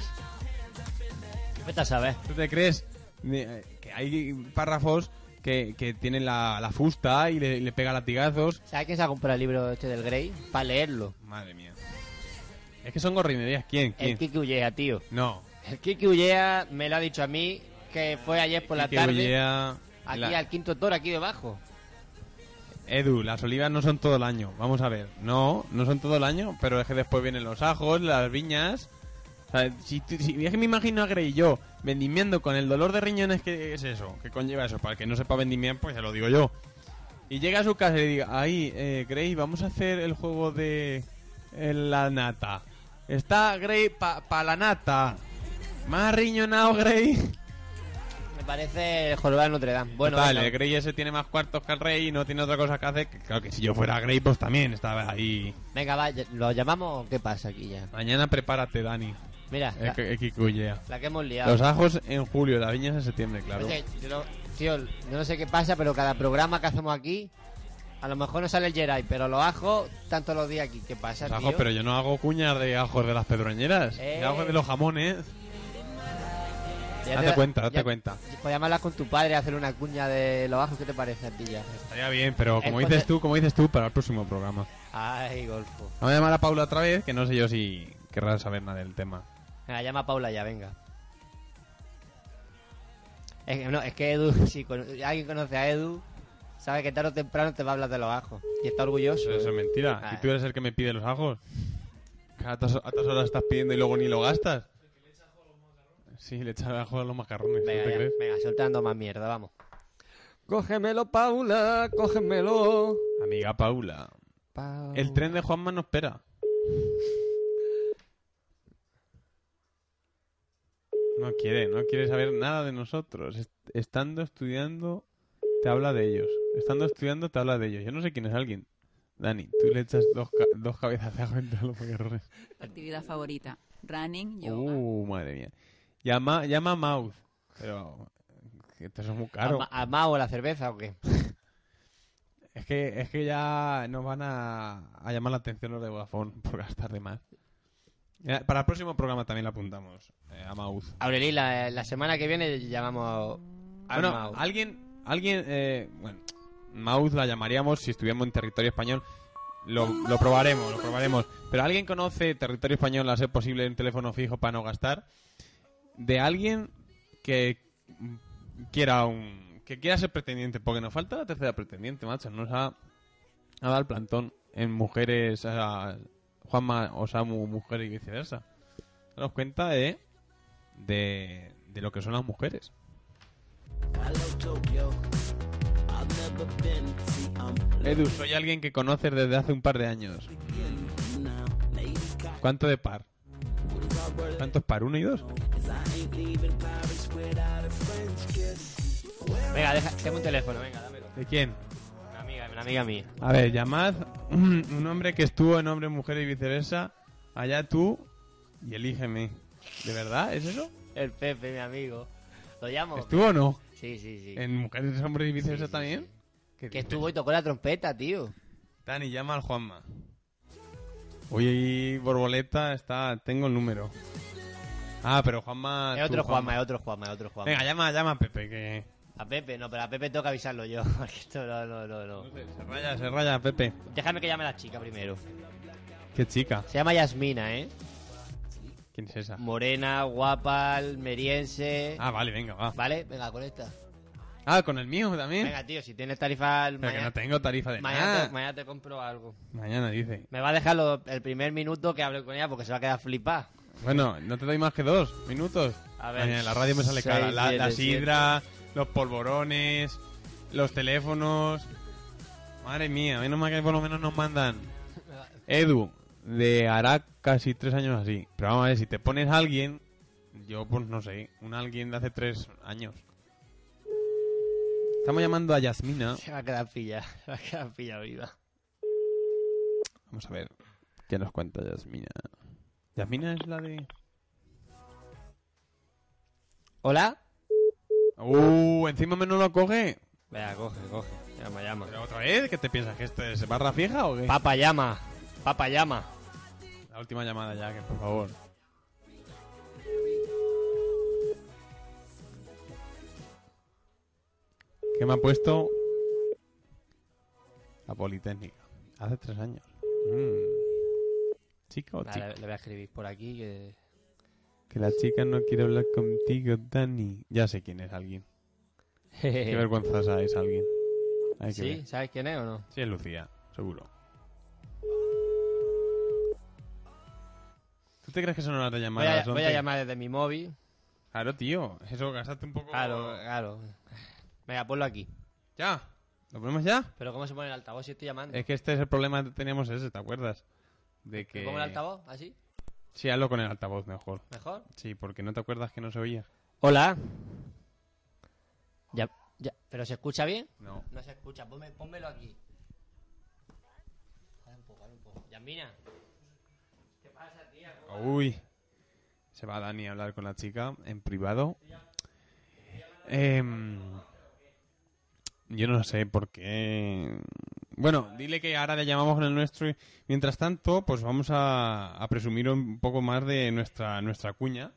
Speaker 1: Vete a saber.
Speaker 3: ¿Tú te crees eh, que hay párrafos que, que tienen la, la fusta y le, y le pega latigazos?
Speaker 1: ¿Sabes quién se ha comprado el libro este del Grey? Para leerlo.
Speaker 3: Madre mía. Es que son gorrinerías. ¿Quién?
Speaker 1: El
Speaker 3: ¿Quién?
Speaker 1: Kiki Ullea, tío.
Speaker 3: No.
Speaker 1: El Kiki Ullea me lo ha dicho a mí, que fue ayer por la
Speaker 3: Quique
Speaker 1: tarde.
Speaker 3: Ullea,
Speaker 1: Aquí
Speaker 3: la-
Speaker 1: al quinto toro, aquí debajo.
Speaker 3: Edu, las olivas no son todo el año. Vamos a ver. No, no son todo el año, pero es que después vienen los ajos, las viñas. O sea, si, tú- si- es que me imagino a Grey y yo vendimiando con el dolor de riñones que es eso, que conlleva eso. Para el que no sepa vendimiar, pues se lo digo yo. Y llega a su casa y le diga, ay, eh, Grey, vamos a hacer el juego de eh, la nata. Está Grey para la nata. Más riñonado, Grey.
Speaker 1: Me parece el jorobado de Notre Dame. Bueno,
Speaker 3: Total,
Speaker 1: venga.
Speaker 3: el Grey ese tiene más cuartos que el Rey y no tiene otra cosa que hacer. que Claro que si yo fuera Grey, pues también estaba ahí.
Speaker 1: Venga, va, ya- ¿lo llamamos o qué pasa aquí ya?
Speaker 3: Mañana prepárate, Dani.
Speaker 1: Mira,
Speaker 3: Es
Speaker 1: la,
Speaker 3: que- es que cullea.
Speaker 1: la que hemos liado.
Speaker 3: Los ajos en julio, la viña es en septiembre, claro.
Speaker 1: Oye, yo no- tío, yo no sé qué pasa, pero cada programa que hacemos aquí, a lo mejor no sale el Jedi, pero los ajos, tanto los días aquí. ¿Qué pasa,
Speaker 3: Los
Speaker 1: tío?
Speaker 3: ajos, pero yo no hago cuñas de ajos de las pedroñeras.
Speaker 1: Eh.
Speaker 3: De ajos de los jamones.
Speaker 1: Ya
Speaker 3: date
Speaker 1: da-
Speaker 3: cuenta, date
Speaker 1: ya-
Speaker 3: cuenta.
Speaker 1: Podríamos hablar con tu padre y hacer una cuña de los ajos. ¿Qué te parece a ti ya?
Speaker 3: Estaría bien, pero como
Speaker 1: Es
Speaker 3: dices
Speaker 1: cuando-
Speaker 3: tú, como dices tú, para el próximo programa.
Speaker 1: Ay, golfo.
Speaker 3: Vamos a llamar a Paula otra vez, que no sé yo si querrá saber nada del tema.
Speaker 1: Venga, llama a Paula ya, venga. Es que, no, es que Edu, si con- alguien conoce a Edu, sabe que tarde o temprano te va a hablar de los ajos. Y está orgulloso.
Speaker 3: Eso, eso es
Speaker 1: ¿eh?
Speaker 3: mentira.
Speaker 1: Ah.
Speaker 3: Y tú eres el que me pide los ajos. Que A todas a todas horas estás pidiendo y luego ni lo gastas. Sí, le echas ajo a los macarrones. ¿no
Speaker 1: Venga,
Speaker 3: te
Speaker 1: ya,
Speaker 3: crees?
Speaker 1: venga, soltando más mierda, vamos. Cógemelo, Paula, cógemelo.
Speaker 3: Amiga Paula. El tren de Juanma no espera. No quiere, no quiere saber nada de nosotros. Est- Estando estudiando, te habla de ellos. Estando estudiando, te habla de ellos. Yo no sé quién es alguien. Dani, tú le echas dos, ca- dos cabezas de ajo entre los macarrones.
Speaker 8: Actividad favorita. Running, yoga.
Speaker 3: Uh, madre mía. Llama, llama a Mouth. Pero. que Esto es muy caro.
Speaker 1: ¿A Mao la cerveza o qué?
Speaker 3: Es que, es que ya nos van a, a llamar la atención los de Vodafone por gastar de más. Ya, Para el próximo programa también la apuntamos eh, a Mouth.
Speaker 1: Aureli, la, la semana que viene llamamos a
Speaker 3: Bueno,
Speaker 1: Mao.
Speaker 3: alguien, alguien, eh, bueno, Mouth la llamaríamos si estuviéramos en territorio español. Lo, lo probaremos, lo probaremos. Pero alguien conoce territorio español, a ser posible, un teléfono fijo para no gastar. De alguien que quiera un, que quiera ser pretendiente, porque nos falta la tercera pretendiente, macho. Nos ha, ha dado el plantón en mujeres, a Juanma Osamu, mujer y viceversa. Daros cuenta de, de, de lo que son las mujeres. Edu, soy alguien que conoces desde hace un par de años. ¿Cuánto de par? ¿Cuántos par? ¿Uno y dos?
Speaker 1: Venga, deja, dame un teléfono, venga, dámelo.
Speaker 3: ¿De quién?
Speaker 1: Una amiga, una amiga mía.
Speaker 3: A ver, llamad un, un hombre que estuvo en hombre, mujer y viceversa. Allá tú y elígeme. ¿De verdad? ¿Es eso?
Speaker 1: El Pepe, mi amigo. ¿Lo llamo?
Speaker 3: ¿Estuvo o no?
Speaker 1: Sí, sí, sí.
Speaker 3: ¿En mujeres, hombres y viceversa también?
Speaker 1: Que estuvo y tocó la trompeta, tío.
Speaker 3: Dani, llama al Juanma. Oye, y Borboleta está... Tengo el número. Ah, pero Juanma...
Speaker 1: Es
Speaker 3: tú,
Speaker 1: otro Juanma, es otro Juanma, es otro Juanma.
Speaker 3: Venga, llama, llama a Pepe, que...
Speaker 1: A Pepe, no, pero a Pepe tengo que avisarlo yo. porque esto no, no, no, no.
Speaker 3: Se raya, se raya, Pepe.
Speaker 1: Déjame que llame a la chica primero.
Speaker 3: Qué chica.
Speaker 1: Se llama Yasmina, ¿eh?
Speaker 3: ¿Quién es
Speaker 1: Mm.
Speaker 3: esa?
Speaker 1: Morena, guapa, almeriense.
Speaker 3: Ah, vale, venga, va.
Speaker 1: ¿Vale? Venga, conecta.
Speaker 3: Ah, con el mío también.
Speaker 1: Venga, tío, si tienes tarifa... el
Speaker 3: pero que no Ah. tengo tarifa de
Speaker 1: mañana,
Speaker 3: nada.
Speaker 1: te, mañana te compro algo.
Speaker 3: Mañana dice.
Speaker 1: Me va a dejar lo- el primer minuto que hable con ella porque se va a quedar flipada.
Speaker 3: Bueno, no te doy más que dos minutos.
Speaker 1: A ver,
Speaker 3: Mañana la radio me sale cara.
Speaker 1: seis,
Speaker 3: La,
Speaker 1: siete,
Speaker 3: la sidra, los polvorones, los teléfonos. Madre mía, menos mal que por lo menos nos mandan. Edu, de hará casi tres años así. Pero vamos a ver, si te pones a alguien, yo pues no sé, un alguien de hace tres años. Estamos llamando a Yasmina.
Speaker 1: Se va a quedar pilla, se va a quedar pilla viva.
Speaker 3: Vamos a ver, ¿qué nos cuenta Yasmina? Yasmina es la de...
Speaker 1: ¿Hola?
Speaker 3: Uh, encima menos lo coge.
Speaker 1: Venga, coge, coge. Llama, llama.
Speaker 3: ¿Pero otra vez? ¿Qué te piensas? ¿Que esto es barra fija o qué?
Speaker 1: Papa llama, papa llama.
Speaker 3: La última llamada ya, que por favor. ¿Qué me ha puesto? La Politécnica. Hace tres años. Mm. ¿Chica o
Speaker 1: Vale,
Speaker 3: chica?
Speaker 1: le voy a escribir por aquí que...
Speaker 3: Que la chica no quiere hablar contigo, Dani. Ya sé quién es alguien. Qué vergüenza esa es alguien. Hay que
Speaker 1: Eh. ¿Sí?
Speaker 3: ver.
Speaker 1: ¿Sabes quién es o no?
Speaker 3: Sí, es Lucía, seguro. ¿Tú te crees que eso no las de llamar
Speaker 1: Voy
Speaker 3: a
Speaker 1: a,
Speaker 3: las
Speaker 1: voy a
Speaker 3: 11?
Speaker 1: llamar desde mi móvil.
Speaker 3: Claro, tío. Eso, gastaste un poco...
Speaker 1: Claro, claro. Venga, ponlo aquí.
Speaker 3: Ya. ¿Lo ponemos ya?
Speaker 1: ¿Pero cómo se pone el altavoz si estoy llamando?
Speaker 3: Es que este es el problema que teníamos ese, ¿te acuerdas? De que...
Speaker 1: ¿Pongo el altavoz? ¿Así?
Speaker 3: Sí, hazlo con el altavoz mejor.
Speaker 1: ¿Mejor?
Speaker 3: Sí, porque no te acuerdas que no se oía.
Speaker 1: Hola. Ya, ya. ¿Pero se escucha bien?
Speaker 3: No.
Speaker 1: No se escucha, Ponme, pónmelo aquí. Dale un poco, dale un poco. Yasmina. ¿Qué pasa, tía?
Speaker 3: Uy. Se va Dani a hablar con la chica en privado. Em, yo no sé por qué. Bueno, dile que ahora le llamamos con el nuestro. y Mientras tanto, pues vamos a, a presumir un poco más de nuestra, nuestra cuña.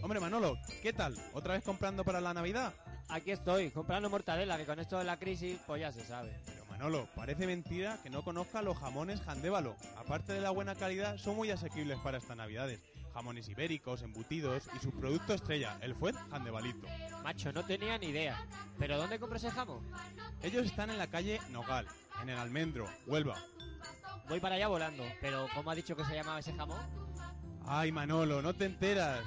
Speaker 3: Hombre, Manolo, ¿qué tal? ¿Otra vez comprando para la Navidad?
Speaker 1: Aquí estoy, comprando mortadela, que con esto de la crisis, pues ya se sabe.
Speaker 3: Pero Manolo, parece mentira que no conozca los jamones Jandévalo. Aparte de la buena calidad, son muy asequibles para estas navidades. Jamones ibéricos, embutidos y su producto estrella, el fuet Jandebalito.
Speaker 1: Macho, no tenía ni idea. ¿Pero dónde compras el jamón?
Speaker 3: Ellos están en la calle Nogal, en el Almendro, Huelva.
Speaker 1: Voy para allá volando. ¿Pero cómo ha dicho que se llamaba ese jamón?
Speaker 3: Ay Manolo, no te enteras.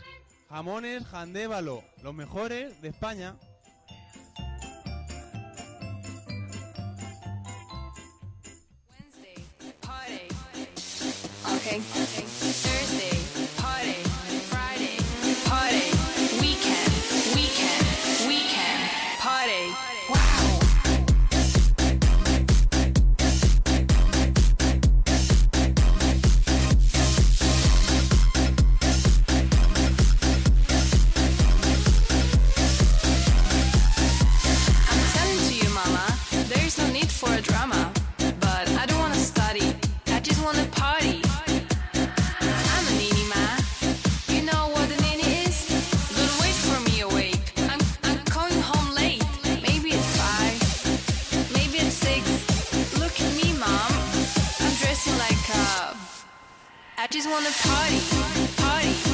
Speaker 3: Jamones Jandévalo, los mejores de España.
Speaker 7: Okay. Thursday, party. Friday, party. Weekend, weekend, weekend, party. Wow. I'm telling to you, mama, there's no need for a drama. But I don't wanna study, I just wanna party. I'm a nini ma. You know what a nini is? Don't wait for me awake. I'm I'm coming home late. Maybe at five, maybe at six. Look at me, mom. I'm dressing like a. I just wanna party, party, party.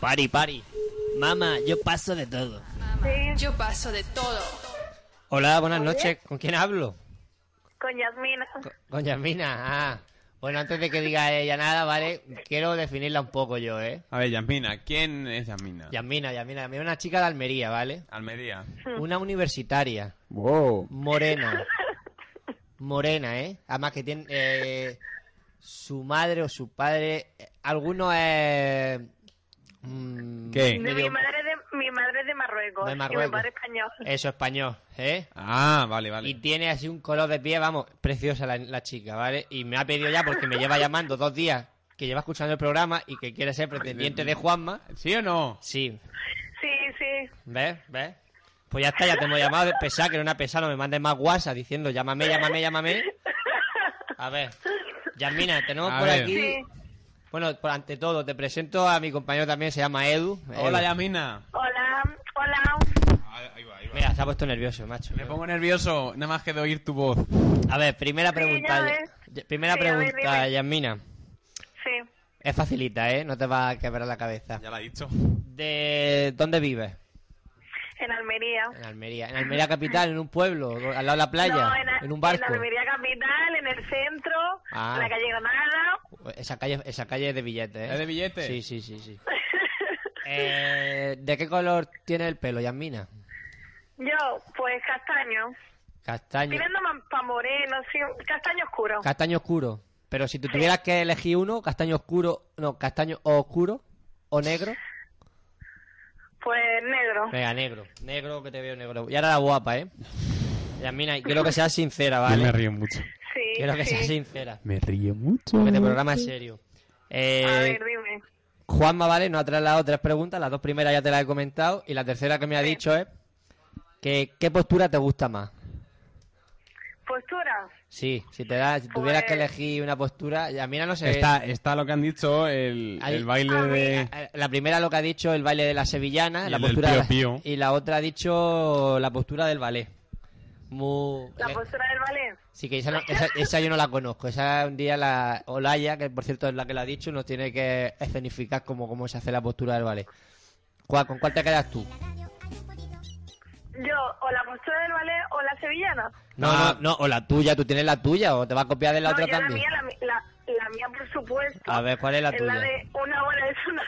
Speaker 1: Pari, pari.
Speaker 2: Mamá, yo paso de todo.
Speaker 11: Yo paso de todo.
Speaker 1: Hola, buenas noches. ¿Con quién hablo?
Speaker 6: Con Yasmina.
Speaker 1: Con Yasmina. Ah. Bueno, antes de que diga ella nada, ¿vale? Quiero definirla un poco yo, ¿eh?
Speaker 3: A ver, Yasmina, ¿quién es Yasmina?
Speaker 1: Yasmina, Yasmina. Yasmina es una chica de Almería, ¿vale?
Speaker 3: Almería.
Speaker 6: Mm.
Speaker 1: Una universitaria.
Speaker 3: Wow.
Speaker 1: Morena. Morena, ¿eh? Además que tiene... eh, su madre o su padre... eh, Alguno es... mm,
Speaker 3: ¿Qué?
Speaker 6: Mi,
Speaker 1: medio-
Speaker 6: madre es de, mi madre es de Marruecos.
Speaker 1: De
Speaker 6: Y mi
Speaker 1: Marruecos.
Speaker 6: padre es español.
Speaker 1: Eso, español, ¿eh?
Speaker 3: Ah, vale, vale.
Speaker 1: Y tiene así un color de piel, vamos, preciosa la, la chica, ¿vale? Y me ha pedido ya, porque me lleva llamando dos días, que lleva escuchando el programa y que quiere ser pretendiente de Juanma.
Speaker 3: ¿Sí o no?
Speaker 1: Sí.
Speaker 6: Sí, sí.
Speaker 1: ¿Ves? ¿Ves? Pues ya está, ya te hemos llamado. Pesá, que era una pesada, no me mandes más guasa diciendo llámame, llámame, llámame. A ver. Yasmina, tenemos
Speaker 3: A
Speaker 1: por
Speaker 3: ver.
Speaker 1: aquí...
Speaker 3: Sí.
Speaker 1: Bueno, por ante todo, te presento a mi compañero también, se llama Edu.
Speaker 3: Hola,
Speaker 1: Edu.
Speaker 3: Yasmina.
Speaker 6: Hola, hola.
Speaker 1: Mira, se ha puesto nervioso, macho.
Speaker 3: Me pongo nervioso, nada más que de oír tu voz.
Speaker 1: A ver, primera
Speaker 6: ya
Speaker 1: pregunta.
Speaker 6: ves.
Speaker 1: Ya- primera
Speaker 6: Sí, a ver,
Speaker 1: pregunta,
Speaker 6: dime.
Speaker 1: Yasmina.
Speaker 6: Sí.
Speaker 1: Es facilita, ¿eh? No te va a quebrar la cabeza.
Speaker 3: Ya la he dicho.
Speaker 1: ¿De dónde vives?
Speaker 6: En Almería.
Speaker 1: En Almería. ¿En Almería capital? ¿En un pueblo? ¿Al lado de la playa?
Speaker 6: No,
Speaker 1: en,
Speaker 6: en, Al-
Speaker 1: un barco?
Speaker 6: En Almería Capital, en el centro,
Speaker 1: Ah.
Speaker 6: en la calle Granada.
Speaker 1: Esa calle, esa calle es de billetes, ¿eh?
Speaker 3: ¿Es de billete?
Speaker 1: Sí, sí, sí, sí. Eh, ¿De qué color tiene el pelo, Yasmina?
Speaker 6: Yo, pues castaño.
Speaker 1: Castaño.
Speaker 6: Tirando para moreno, sí, castaño oscuro.
Speaker 1: Castaño oscuro. Pero si tú tuvieras que elegir uno, castaño oscuro, no, castaño o oscuro o negro.
Speaker 6: Pues negro.
Speaker 1: Venga, negro. Negro que te veo negro. Y ahora la guapa, ¿eh? Yasmina, y quiero que seas sincera,
Speaker 3: Yo me
Speaker 1: ¿vale?
Speaker 3: río mucho.
Speaker 6: Sí,
Speaker 1: Quiero que
Speaker 6: sí.
Speaker 1: seas sincera.
Speaker 3: Me río mucho.
Speaker 1: Porque este programa es serio. Eh,
Speaker 6: A ver, dime.
Speaker 1: Juanma, ¿vale? Nos ha trasladado tres preguntas. Las dos primeras ya te las he comentado. Y la tercera que me ha dicho es que ¿qué postura te gusta más?
Speaker 6: Postura.
Speaker 1: Sí, si te da, si tuvieras
Speaker 6: Pues-
Speaker 1: que elegir una postura, ya mira no sé.
Speaker 3: Está, está lo que han dicho, el,
Speaker 1: Ahí-
Speaker 3: el baile de...
Speaker 1: eh, La primera lo que ha dicho el baile de la sevillana,
Speaker 3: Y
Speaker 1: la
Speaker 3: el del
Speaker 1: postura
Speaker 3: pío, pío.
Speaker 1: y la otra ha dicho la postura del ballet. Muy
Speaker 6: La
Speaker 1: eh,
Speaker 6: postura del ballet.
Speaker 1: Sí, que esa, no- esa, esa yo no la conozco. Esa un día la Olaya, que por cierto es la que la ha dicho, nos tiene que escenificar cómo, cómo se hace la postura del ballet. ¿Cuál- ¿Con cuál te quedas tú?
Speaker 6: Yo, o la postura del ballet o la sevillana.
Speaker 1: No,
Speaker 3: Ah.
Speaker 1: no, no, o la tuya, tú tienes la tuya, o te vas a copiar de la
Speaker 6: No,
Speaker 1: otra
Speaker 6: yo la
Speaker 1: también.
Speaker 6: mía, la, mi- la, la mía, por supuesto.
Speaker 1: A ver, ¿cuál es la
Speaker 6: es la
Speaker 1: tuya?
Speaker 6: de una buena, es una,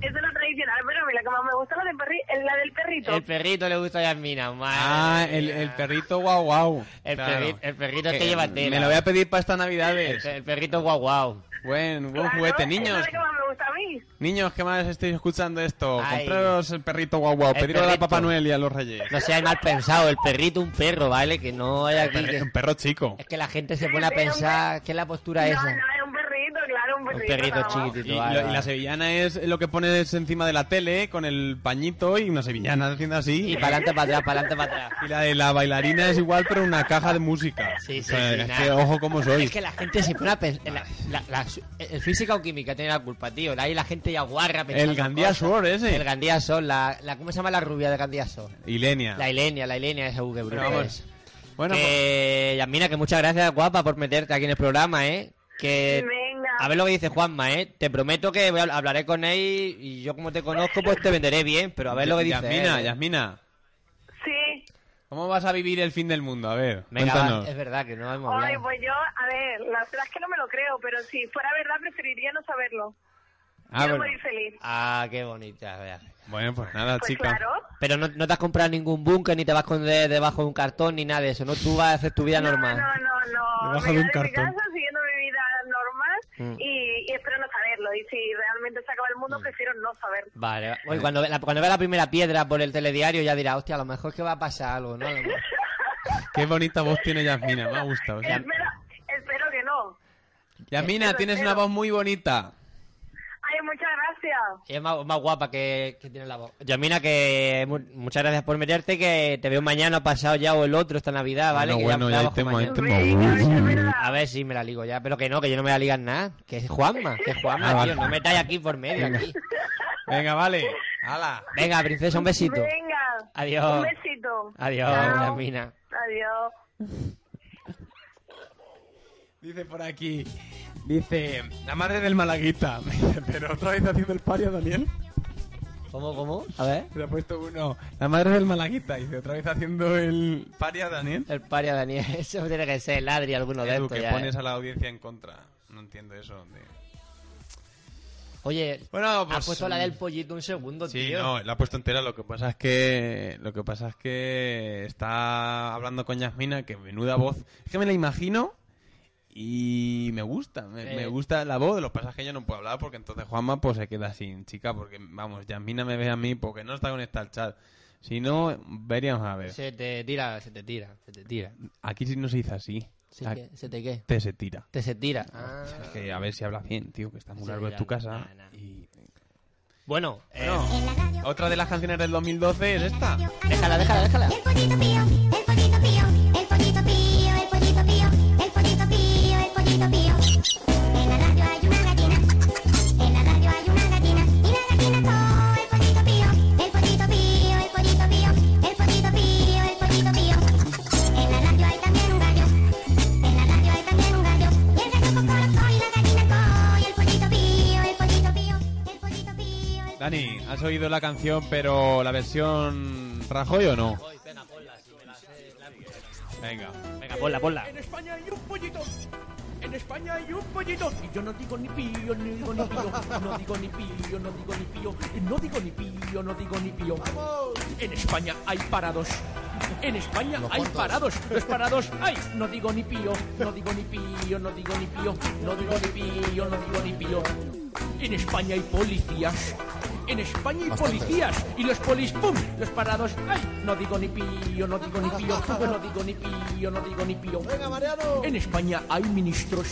Speaker 6: es una tradicional, pero a mí la que más me gusta la del perri, es la del perrito.
Speaker 1: El perrito le gusta a Yasmina, madre
Speaker 3: Ah, el,
Speaker 1: mía.
Speaker 3: el perrito guau guau.
Speaker 1: El,
Speaker 3: Claro.
Speaker 1: perri- el perrito es que
Speaker 3: Que
Speaker 1: lleva tela. Este-
Speaker 3: Me lo voy a pedir para estas
Speaker 1: el,
Speaker 3: navidades.
Speaker 1: per- el perrito guau guau.
Speaker 3: eh. Buen, buen
Speaker 6: Claro,
Speaker 3: juguete,
Speaker 6: Es
Speaker 3: niños.
Speaker 6: la que más me gusta a mí.
Speaker 3: Niños, ¿qué más estáis escuchando esto?
Speaker 1: Ay.
Speaker 3: Compraros el perrito guau guau.
Speaker 1: El
Speaker 3: Pedirlo a la
Speaker 1: perrito.
Speaker 3: Papá Noel y a los Reyes.
Speaker 1: No seas mal pensado, el perrito un perro, ¿vale? Que no hay aquí...
Speaker 3: Perri-
Speaker 1: que-
Speaker 3: un perro chico.
Speaker 1: Es que la gente se pone a
Speaker 6: Sí, hombre.
Speaker 1: pensar qué es la postura
Speaker 6: no,
Speaker 1: esa.
Speaker 6: no, es un perrito, claro, un
Speaker 1: Un
Speaker 6: perrito.
Speaker 1: perrito
Speaker 6: vamos.
Speaker 1: chiquitito.
Speaker 3: Y,
Speaker 1: Vale,
Speaker 3: lo- y
Speaker 1: vale.
Speaker 3: la sevillana es lo que pones encima de la tele con el pañito y una sevillana haciendo así.
Speaker 1: Y para adelante, para atrás, para adelante, para atrás.
Speaker 3: Y la de la bailarina es igual, pero una caja de música.
Speaker 1: Sí, sí,
Speaker 3: O sea,
Speaker 1: sí,
Speaker 3: es
Speaker 1: nada.
Speaker 3: que ojo cómo soy.
Speaker 1: Es que la gente se pone a pensar... La, la- la- el física o química tiene la culpa, tío. Ahí la gente ya guarra pensando
Speaker 3: El Gandía
Speaker 1: cosas.
Speaker 3: Suor ese.
Speaker 1: El Gandía Sol, la, la- ¿Cómo se llama la rubia de Gandía Sol?
Speaker 3: Ilenia.
Speaker 1: La eh, Ilenia, la Ilenia esa Uge
Speaker 3: Bueno, vamos. Bueno, pues-
Speaker 1: que, Yasmina, que muchas gracias, guapa, por meterte aquí en el programa, ¿eh? Que...
Speaker 6: Venga.
Speaker 1: A ver lo que dice Juanma, ¿eh? Te prometo que voy a- hablaré con él y yo como te conozco, pues te venderé bien, pero a ver lo que dice
Speaker 3: Yasmina,
Speaker 1: él, ¿eh?
Speaker 3: Yasmina.
Speaker 6: Sí.
Speaker 3: ¿Cómo vas a vivir el fin del mundo? A ver,
Speaker 1: Venga, va, eh,
Speaker 3: cuéntanos.
Speaker 1: es verdad que no hemos
Speaker 6: Ay,
Speaker 1: hablado.
Speaker 6: pues yo, a ver, la verdad es que no me lo creo, pero si fuera verdad preferiría no saberlo.
Speaker 3: Ah,
Speaker 6: Quiero
Speaker 3: bueno.
Speaker 6: morir feliz.
Speaker 1: Ah, qué bonita, vea.
Speaker 3: Bueno, pues nada,
Speaker 6: Pues
Speaker 3: chica.
Speaker 6: claro.
Speaker 1: Pero no, no te has comprado ningún búnker, ni te vas a esconder debajo de un cartón, ni nada de eso, ¿no? Tú vas a hacer tu vida
Speaker 6: No,
Speaker 1: normal.
Speaker 6: no, no, no.
Speaker 3: Debajo
Speaker 6: Me
Speaker 3: de un
Speaker 6: quedaré en mi
Speaker 3: cartón.
Speaker 6: casa siguiendo mi vida normal
Speaker 1: Mm.
Speaker 6: y, y espero no saberlo. Y si realmente se acaba el mundo, prefiero no saberlo.
Speaker 1: Vale, va-
Speaker 3: Eh.
Speaker 1: oye, cuando, ve la, cuando vea la primera piedra por el telediario ya dirá, hostia, a lo mejor es que va a pasar algo, ¿no? A lo mejor-
Speaker 3: Qué bonita voz tiene Yasmina, me ha gustado.
Speaker 1: Pues
Speaker 6: Espero, espero que no.
Speaker 3: Yasmina,
Speaker 6: Eso
Speaker 3: tienes una
Speaker 6: espero.
Speaker 3: voz muy bonita.
Speaker 6: Ay, muchas gracias.
Speaker 1: Y es más, más guapa que, que tiene la voz. Yamina, que mu- muchas gracias por meterte, que te veo mañana, pasado ya o el otro, esta Navidad, ¿vale?
Speaker 3: Bueno,
Speaker 1: Que
Speaker 3: bueno, ya hay
Speaker 1: trabajo
Speaker 3: tema,
Speaker 1: mañana.
Speaker 3: Este
Speaker 6: Venga,
Speaker 3: móvil.
Speaker 6: es verdad.
Speaker 1: A ver si me la ligo ya, pero que no, que yo no me la ligan nada. Que es Juanma, que es Juanma,
Speaker 3: Ah,
Speaker 1: tío,
Speaker 3: vale.
Speaker 1: no metáis aquí por medio. Aquí.
Speaker 3: Venga, vale. Hala.
Speaker 1: Venga, princesa, un besito.
Speaker 6: Venga.
Speaker 1: Adiós. Ah.
Speaker 6: Un besito.
Speaker 1: Adiós,
Speaker 6: Chao.
Speaker 1: Yasmina.
Speaker 6: Adiós.
Speaker 3: Dice por aquí. Dice, la madre del malaguita. Me dice, pero otra vez haciendo el pario, Daniel.
Speaker 1: ¿Cómo, cómo? A ver.
Speaker 12: Le ha puesto uno. La madre del malaguita. Dice, otra vez haciendo el paria Daniel.
Speaker 1: El paria Daniel. Eso tiene que ser el Adri alguno de
Speaker 12: Edu,
Speaker 1: estos
Speaker 12: que
Speaker 1: ya,
Speaker 12: pones
Speaker 1: ¿eh?
Speaker 12: a la audiencia en contra. No entiendo eso. de-
Speaker 1: Oye,
Speaker 12: Bueno,
Speaker 1: has
Speaker 12: pues,
Speaker 1: puesto la del
Speaker 12: mm,
Speaker 1: pollito un segundo,
Speaker 12: Sí,
Speaker 1: tío.
Speaker 12: no, eh. la ha puesto entera. Lo que pasa es que lo que pasa es que está hablando con Yasmina, que menuda voz. Es que me la imagino y me gusta, me,
Speaker 3: Eh.
Speaker 12: me gusta la voz. Lo que pasa es que yo no puedo hablar porque entonces Juanma pues se queda sin chica porque vamos, Yasmina me ve a mí porque no está conectada al chat. Si no, veríamos a ver.
Speaker 1: Se te tira, se te tira, se te tira.
Speaker 12: Aquí sí no se dice así.
Speaker 1: Sí,
Speaker 12: A-
Speaker 1: ¿qué? ¿Se te qué?
Speaker 12: Te se tira.
Speaker 1: Te se tira. Ah.
Speaker 12: Ah. Es que a ver si hablas bien, tío, que está muy
Speaker 1: Sí,
Speaker 12: largo en tu
Speaker 1: ya,
Speaker 12: casa.
Speaker 1: Bueno, eh,
Speaker 12: Otra de las canciones del 2012 es esta.
Speaker 1: déjala, déjala, déjala.
Speaker 3: Dani, ¿has oído la canción, pero la versión Rajoy o no? Venga,
Speaker 1: venga, ponla, ponla.
Speaker 13: En España hay un pollito. En España hay un pollito. Y yo no digo ni pío, ni digo ni pío. No digo ni pío, no digo ni pío. No digo ni pío, no digo ni pío. En España hay parados. En España hay parados. Los parados hay. No digo ni pío, no digo ni pío, no digo ni pío. No digo ni pío, no digo ni pío. En España hay policías. En España hay
Speaker 12: Bastantes.
Speaker 13: policías y los polis, ¡pum! Los parados, ¡ay! No digo ni pío, no digo ni pío, no digo ni pío, no digo ni pío. En España hay ministros.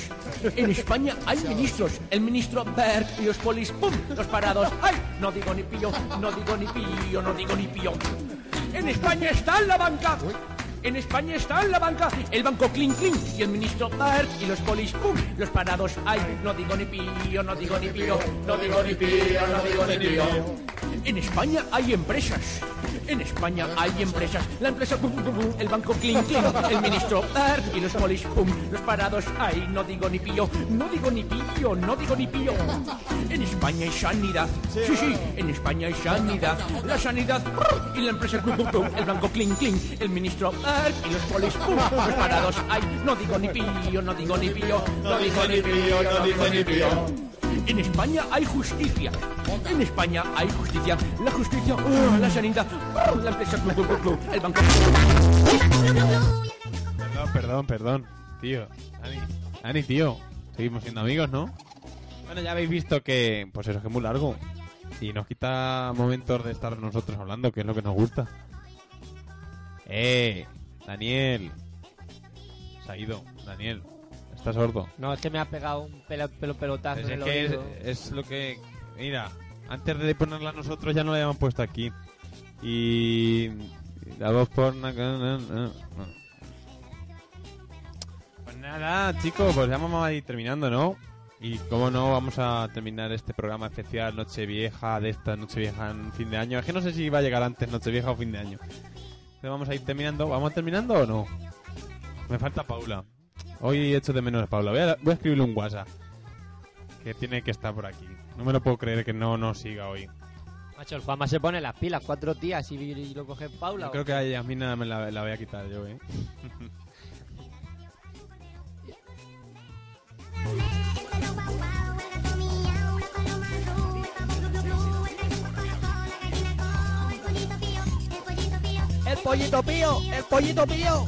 Speaker 13: En España hay ministros. El ministro Berg y los polis, ¡pum! Los parados, ¡ay! No digo ni pío, no digo ni pío, no digo ni pío. En España está en la banca. En España está en la banca el banco Clean Clean y el ministro Berg y los polis, ¡pum! Los parados, ¡ay! No digo ni pío, no digo ni pío, no digo ni pío, no digo ni pío. En España hay empresas. En España hay empresas. La empresa, pum, pum, pum, el banco Clean Clean, el ministro Park y los polis, pum, los parados. Ay, no digo ni pío, no digo ni pío, no digo ni pío. En España hay sanidad. Sí, sí, en España hay sanidad. La sanidad brr, y la empresa, pum, pum, pum, el banco Clean Clean, el ministro Park y los polis, pum, los parados. Ay, no digo ni pío, no digo ni pío, no digo ni pío, no digo ni pío. En España hay justicia. En España hay justicia. La justicia, uh, la sanidad, uh, la empresa, clu, clu, clu, clu, el banco.
Speaker 3: Perdón, perdón, perdón. Tío, Dani, Dani, tío. Seguimos siendo amigos, ¿no? Bueno, ya habéis visto que, pues eso, que es muy largo. Y nos quita momentos de estar nosotros hablando, que es lo que nos gusta. Eh, Daniel. Se ha ido, Daniel. Está sordo.
Speaker 1: No, es que me has pegado un pelo, pelo- pelotazo
Speaker 3: Pues
Speaker 1: en el
Speaker 3: es que es,
Speaker 1: oído.
Speaker 3: es lo que. Mira, antes de ponerla nosotros ya no la habíamos puesto aquí. Y. La voz porna. no, no, no. Pues nada, chicos, pues ya vamos a ir terminando, ¿no? Y como no, vamos a terminar este programa especial Nochevieja, de esta Nochevieja en fin de año. Es que no sé si va a llegar antes Nochevieja o fin de año. Entonces vamos a ir terminando. ¿Vamos terminando o no? Me falta Paula. Hoy echo de menos a Paula. Voy a, voy a escribirle un WhatsApp. Que tiene que estar por aquí. No me lo puedo creer que no nos siga hoy.
Speaker 1: Macho, el Juanma se pone las pilas cuatro días y, y lo coge Paula.
Speaker 3: Yo creo
Speaker 1: ¿o?
Speaker 3: que a Yasmina me la, la voy a quitar yo, ¿eh?
Speaker 13: El pollito pío, el pollito pío.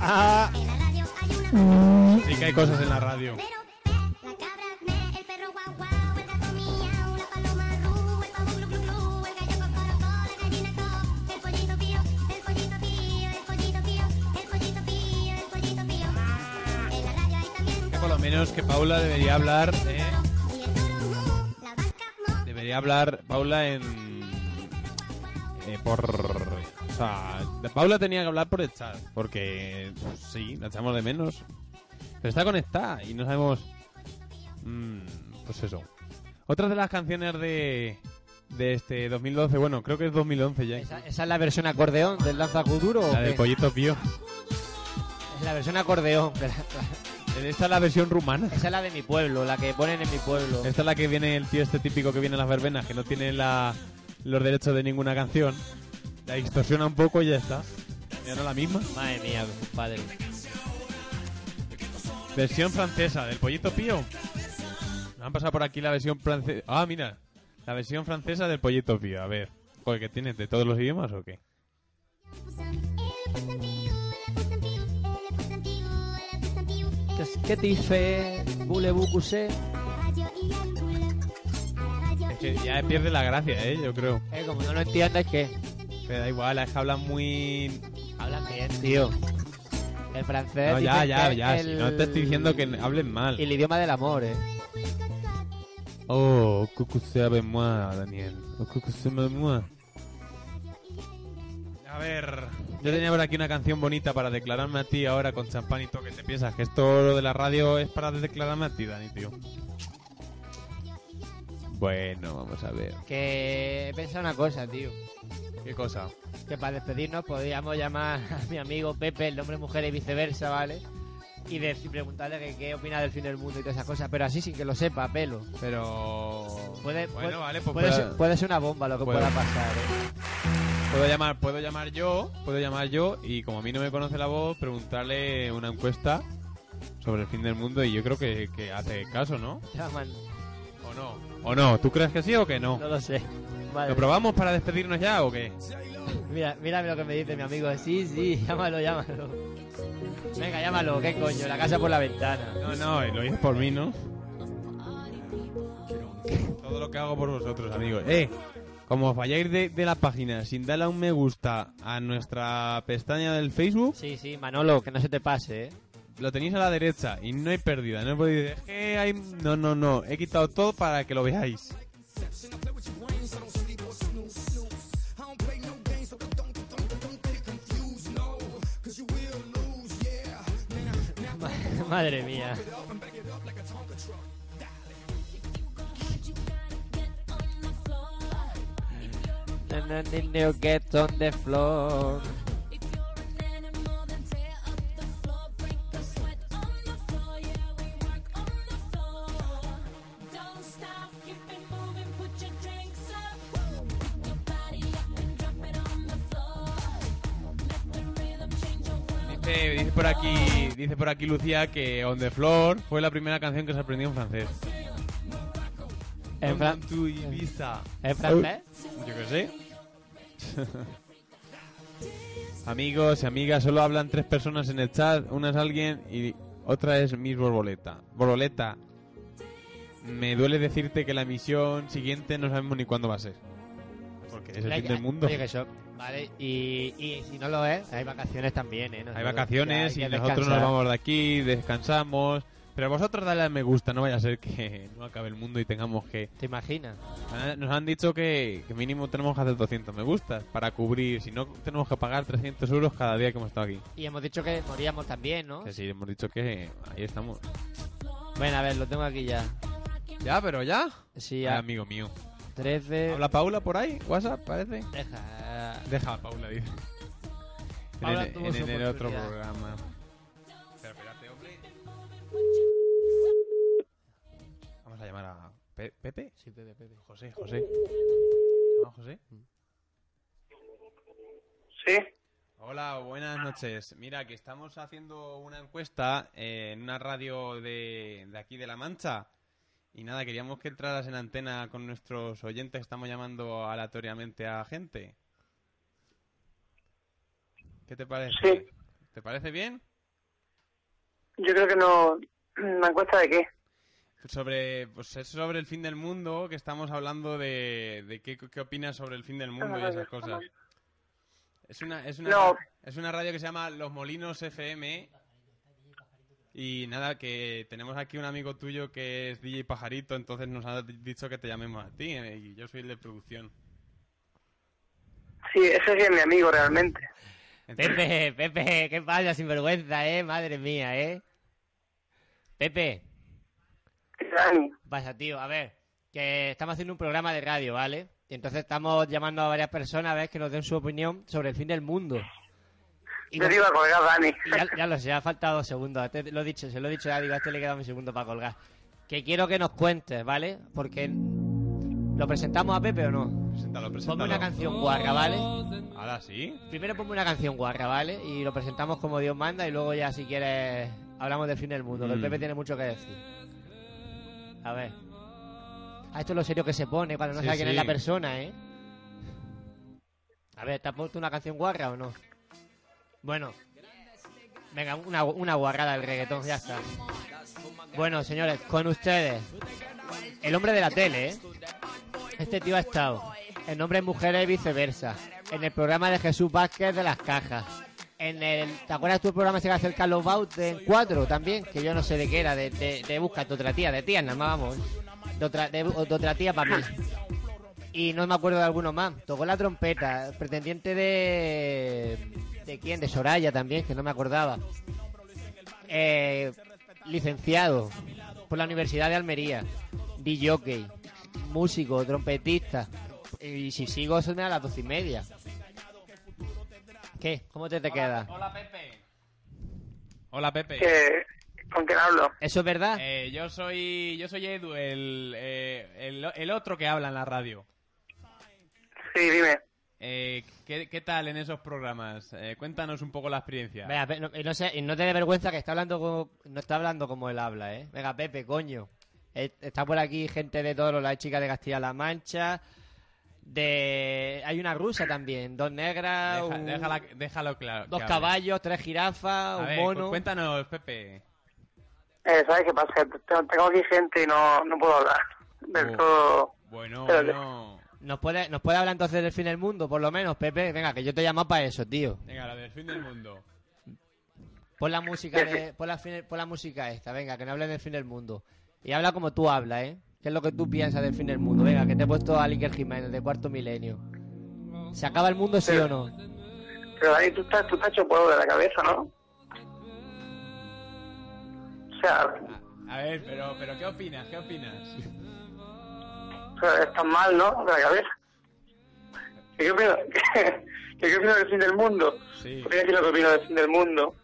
Speaker 3: Ah. Sí que hay cosas en la radio. Que por lo menos que Paula debería hablar, ¿eh? Debería hablar Paula en... eh, por... O sea, Paula tenía que hablar por el chat, porque pues, sí, la echamos de menos. Pero está conectada y no sabemos... mm, pues eso. Otra de las canciones de, de este 2012, bueno, creo que es 2011 ya.
Speaker 1: ¿Esa, esa es la versión acordeón del Danza Kuduro? o
Speaker 3: La del
Speaker 1: qué?
Speaker 3: pollito pío.
Speaker 1: Es la versión acordeón. de la-
Speaker 3: Esta es la versión rumana.
Speaker 1: Esa es la de mi pueblo, la que ponen en mi pueblo.
Speaker 3: Esta es la que viene el tío este típico que viene a las verbenas, que no tiene la, los derechos de ninguna canción. La distorsiona un poco y ya está. Ya no la misma.
Speaker 1: Madre mía, compadre.
Speaker 3: Versión francesa del pollito pío. Nos han pasado por aquí la versión francesa. Ah, mira. La versión francesa del pollito pío. A ver. Joder, ¿qué tienes? ¿De todos los idiomas o qué?
Speaker 1: ¿Qué te dice Boulevou Cousé?
Speaker 3: Es que ya pierde la gracia, ¿eh? Yo creo.
Speaker 1: Eh, como no lo entiendes, ¿qué?
Speaker 3: Pero da igual, es que hablan muy...
Speaker 1: Hablan bien, tío. El francés...
Speaker 3: No, ya,
Speaker 1: dicen
Speaker 3: ya,
Speaker 1: Eh, que
Speaker 3: ya.
Speaker 1: es
Speaker 3: si
Speaker 1: el-
Speaker 3: no te estoy diciendo que hablen mal.
Speaker 1: El idioma del amor, ¿eh?
Speaker 3: Oh, coucou, c'est avec moi, Daniel. Oh, coucou, c'est avec moi. A ver, yo tenía por aquí una canción bonita para declararme a ti ahora con champán y todo. ¿Qué te piensas? ¿Que esto lo de la radio es para declararme a ti, Dani, tío? Bueno, vamos a ver.
Speaker 1: Que he pensado una cosa, tío.
Speaker 3: ¿Qué cosa?
Speaker 1: Que para despedirnos podíamos llamar a mi amigo Pepe, el hombre mujer y viceversa, ¿vale? Y dec- preguntarle que qué opina del fin del mundo y todas esas cosas, pero así sin que lo sepa, a pelo.
Speaker 3: Pero...
Speaker 1: Puede,
Speaker 3: Bueno,
Speaker 1: puede-
Speaker 3: vale, pues
Speaker 1: puede
Speaker 3: pueda-
Speaker 1: ser, puede ser una bomba lo que
Speaker 3: Puede.
Speaker 1: pueda pasar, ¿eh?
Speaker 3: Puedo llamar, puedo llamar yo, puedo llamar yo y como a mí no me conoce la voz, preguntarle una encuesta sobre el fin del mundo y yo creo que, que hace caso, ¿no?
Speaker 1: Llaman.
Speaker 3: ¿O no? ¿O no? ¿Tú crees que sí o que no?
Speaker 1: No lo sé. Madre
Speaker 3: ¿Lo probamos para despedirnos ya o qué?
Speaker 1: Mira, mírame lo que me dice mi amigo. Sí, sí, llámalo, llámalo. Venga, llámalo, qué coño, la casa por la ventana.
Speaker 3: No, no, lo dices por mí, ¿no? Todo lo que hago por vosotros, amigos. Eh, como os vayáis de, de la página sin darle a un me gusta a nuestra pestaña del Facebook,
Speaker 1: Sí, sí, Manolo, que no se te pase, ¿eh?
Speaker 3: lo tenéis a la derecha y no hay pérdida. No podéis decir, "Es que hay... No, no, no. He quitado todo para que lo veáis.
Speaker 1: Madre mía. And then the new get on the floor.
Speaker 3: Dice, dice por aquí, dice por aquí Lucía que On the Floor fue la primera canción que se aprendió en francés.
Speaker 1: ¿En, fran-
Speaker 3: Tu Ibiza.
Speaker 1: ¿En francés?
Speaker 3: Yo qué sé. Amigos y amigas, solo hablan tres personas en el chat. Una es alguien y otra es Miss Borboleta. Borboleta, me duele decirte que la misión siguiente no sabemos ni cuándo va a ser. Porque es el
Speaker 1: Oye,
Speaker 3: fin del mundo.
Speaker 1: eh, oye, que eso, Vale, y, y si no lo es, hay vacaciones también, ¿eh?
Speaker 3: Hay
Speaker 1: Nosotros
Speaker 3: vacaciones
Speaker 1: ya
Speaker 3: y
Speaker 1: hay que
Speaker 3: nosotros nos
Speaker 1: descansar.
Speaker 3: vamos de aquí, descansamos. Pero vosotros dale al me gusta, no vaya a ser que no acabe el mundo y tengamos que...
Speaker 1: ¿Te imaginas?
Speaker 3: Ah, Nos han dicho que, que mínimo tenemos que hacer 200 me gustas para cubrir, si no tenemos que pagar 300 euros cada día que hemos estado aquí.
Speaker 1: Y hemos dicho que moríamos también, ¿no?
Speaker 3: Que sí, hemos dicho que ahí estamos.
Speaker 1: Bueno, a ver, lo tengo aquí ya.
Speaker 3: ¿Ya, pero ya?
Speaker 1: Sí,
Speaker 3: Ay,
Speaker 1: ya. Eh.
Speaker 3: amigo mío.
Speaker 1: 13.
Speaker 3: ¿Habla Paula por ahí? ¿WhatsApp parece?
Speaker 1: Deja.
Speaker 3: Deja a Paula, dice. En
Speaker 1: Paula
Speaker 3: en,
Speaker 1: tuvo
Speaker 3: en
Speaker 1: su
Speaker 3: enero otro
Speaker 1: oportunidad.
Speaker 3: programa. Vamos a llamar a Pe- Pepe.
Speaker 1: Sí, Pepe, Pepe. Uh.
Speaker 3: José, José. ¿Se llama José?
Speaker 14: Sí.
Speaker 3: Hola, buenas noches. Mira, que estamos haciendo una encuesta eh, en una radio de, de aquí de La Mancha. Y nada, queríamos que entraras en antena con nuestros oyentes. Estamos llamando aleatoriamente a gente. ¿Qué te parece?
Speaker 14: Sí.
Speaker 3: ¿Te parece bien?
Speaker 14: Yo creo que no. ¿La encuesta de qué?
Speaker 3: Sobre, pues es sobre el fin del mundo, que estamos hablando de, de qué, qué opinas sobre el fin del mundo y esas cosas. Es una, es, una,
Speaker 14: No.
Speaker 3: es una radio que se llama Los Molinos FM. Y nada, que tenemos aquí un amigo tuyo que es DJ Pajarito, entonces nos ha dicho que te llamemos a ti. eh, Y yo soy el de producción.
Speaker 14: Sí, ese sí es mi amigo realmente.
Speaker 1: Pepe, Pepe, qué pasa, sinvergüenza, eh, madre mía, eh. Pepe. Pasa, tío, a ver, que estamos haciendo un programa de radio, ¿vale? Y entonces estamos llamando a varias personas a ver que nos den su opinión sobre el fin del mundo.
Speaker 6: Y Yo te iba a colgar, Dani.
Speaker 1: Ya, ya lo sé, ha faltado dos segundos. Te lo he dicho, se lo he dicho ya, digo, a este le queda un segundo para colgar. Que quiero que nos cuentes, ¿vale? Porque. ¿Lo presentamos a Pepe o no?
Speaker 3: Preséntalo,
Speaker 1: Ponme
Speaker 3: preséntalo.
Speaker 1: una canción guarra, ¿vale?
Speaker 3: ¿Ahora sí?
Speaker 1: Primero ponme una canción guarra, ¿vale? Y lo presentamos como Dios manda y luego ya, si quieres, hablamos del fin del mundo, que el
Speaker 3: Mm.
Speaker 1: Pepe tiene mucho que decir. A ver. Ah, esto es lo serio que se pone para no
Speaker 3: Sí,
Speaker 1: saber quién
Speaker 3: sí.
Speaker 1: es la persona, ¿eh? A ver, ¿te has puesto una canción guarra o no? Bueno. Venga, una, una guarrada del reggaetón, ya está. Bueno, señores, con ustedes. El hombre de la tele, ¿eh? Este tío ha estado en Hombres, Mujeres y Viceversa. En el programa de Jesús Vázquez de las Cajas. En el, ¿Te acuerdas tu programa ese que hace el Carlos Baut de En Cuatro también? Que yo no sé de qué era, de, de, de Busca tu otra tía, de tía nada más, vamos. De otra, de, de otra tía para mí. Y no me acuerdo de alguno más. Tocó la trompeta, pretendiente de... ¿De quién? De Soraya también, que no me acordaba. Eh, licenciado por la Universidad de Almería. DJ, jockey, músico, trompetista. Y si sigo, son a las doce y media. ¿Qué? ¿Cómo te, te queda?
Speaker 12: Hola, Pepe. Hola, Pepe.
Speaker 6: ¿Con quién hablo?
Speaker 1: ¿Eso es verdad?
Speaker 12: Eh, yo soy yo soy Edu, el, eh, el, el otro que habla en la radio.
Speaker 6: Sí, dime.
Speaker 12: Eh, ¿qué, qué tal en esos programas? Eh, cuéntanos un poco la experiencia.
Speaker 1: Venga, pe- no, y no, sé- y no te dé vergüenza que está hablando como, no está hablando como él habla, ¿eh? Venga, Pepe, coño. Eh, Está por aquí gente de todos, la chica de Castilla-La Mancha, de... Hay una rusa también, dos negras,
Speaker 12: Deja-
Speaker 1: un-
Speaker 12: déjala- déjalo claro.
Speaker 1: dos
Speaker 12: que hable.
Speaker 1: caballos, tres
Speaker 12: A
Speaker 1: jirafas, un
Speaker 12: ver, cu-
Speaker 1: mono...
Speaker 12: Cuéntanos, Pepe.
Speaker 6: Eh, ¿Sabes qué pasa? Que Tengo tengo aquí gente y no, no puedo hablar del
Speaker 1: Oh.
Speaker 6: todo.
Speaker 12: Bueno,
Speaker 6: Espérate.
Speaker 1: ¿Nos puede, ¿Nos puede hablar entonces del fin del mundo, por lo menos, Pepe? Venga, que yo te llamo para eso, tío.
Speaker 12: Venga, lo del fin del mundo.
Speaker 1: Pon la música de, pon la, fin- pon la música esta, venga, que no hable del fin del mundo. Y habla como tú hablas, ¿eh? ¿Qué es lo que tú piensas del fin del mundo? Venga, que te he puesto a Iker Jiménez de cuarto milenio. ¿Se acaba el mundo, sí o no?
Speaker 6: Pero Dani, tú estás, tú estás hecho polvo de la cabeza, ¿no? O sea,
Speaker 12: A ver, pero, pero ¿qué opinas? ¿Qué opinas?
Speaker 6: o sea, estás mal, ¿no? De la cabeza. Que yo opino, que, yo opino del fin del mundo.
Speaker 12: Sí.
Speaker 6: Voy a decir lo que opino del fin del mundo.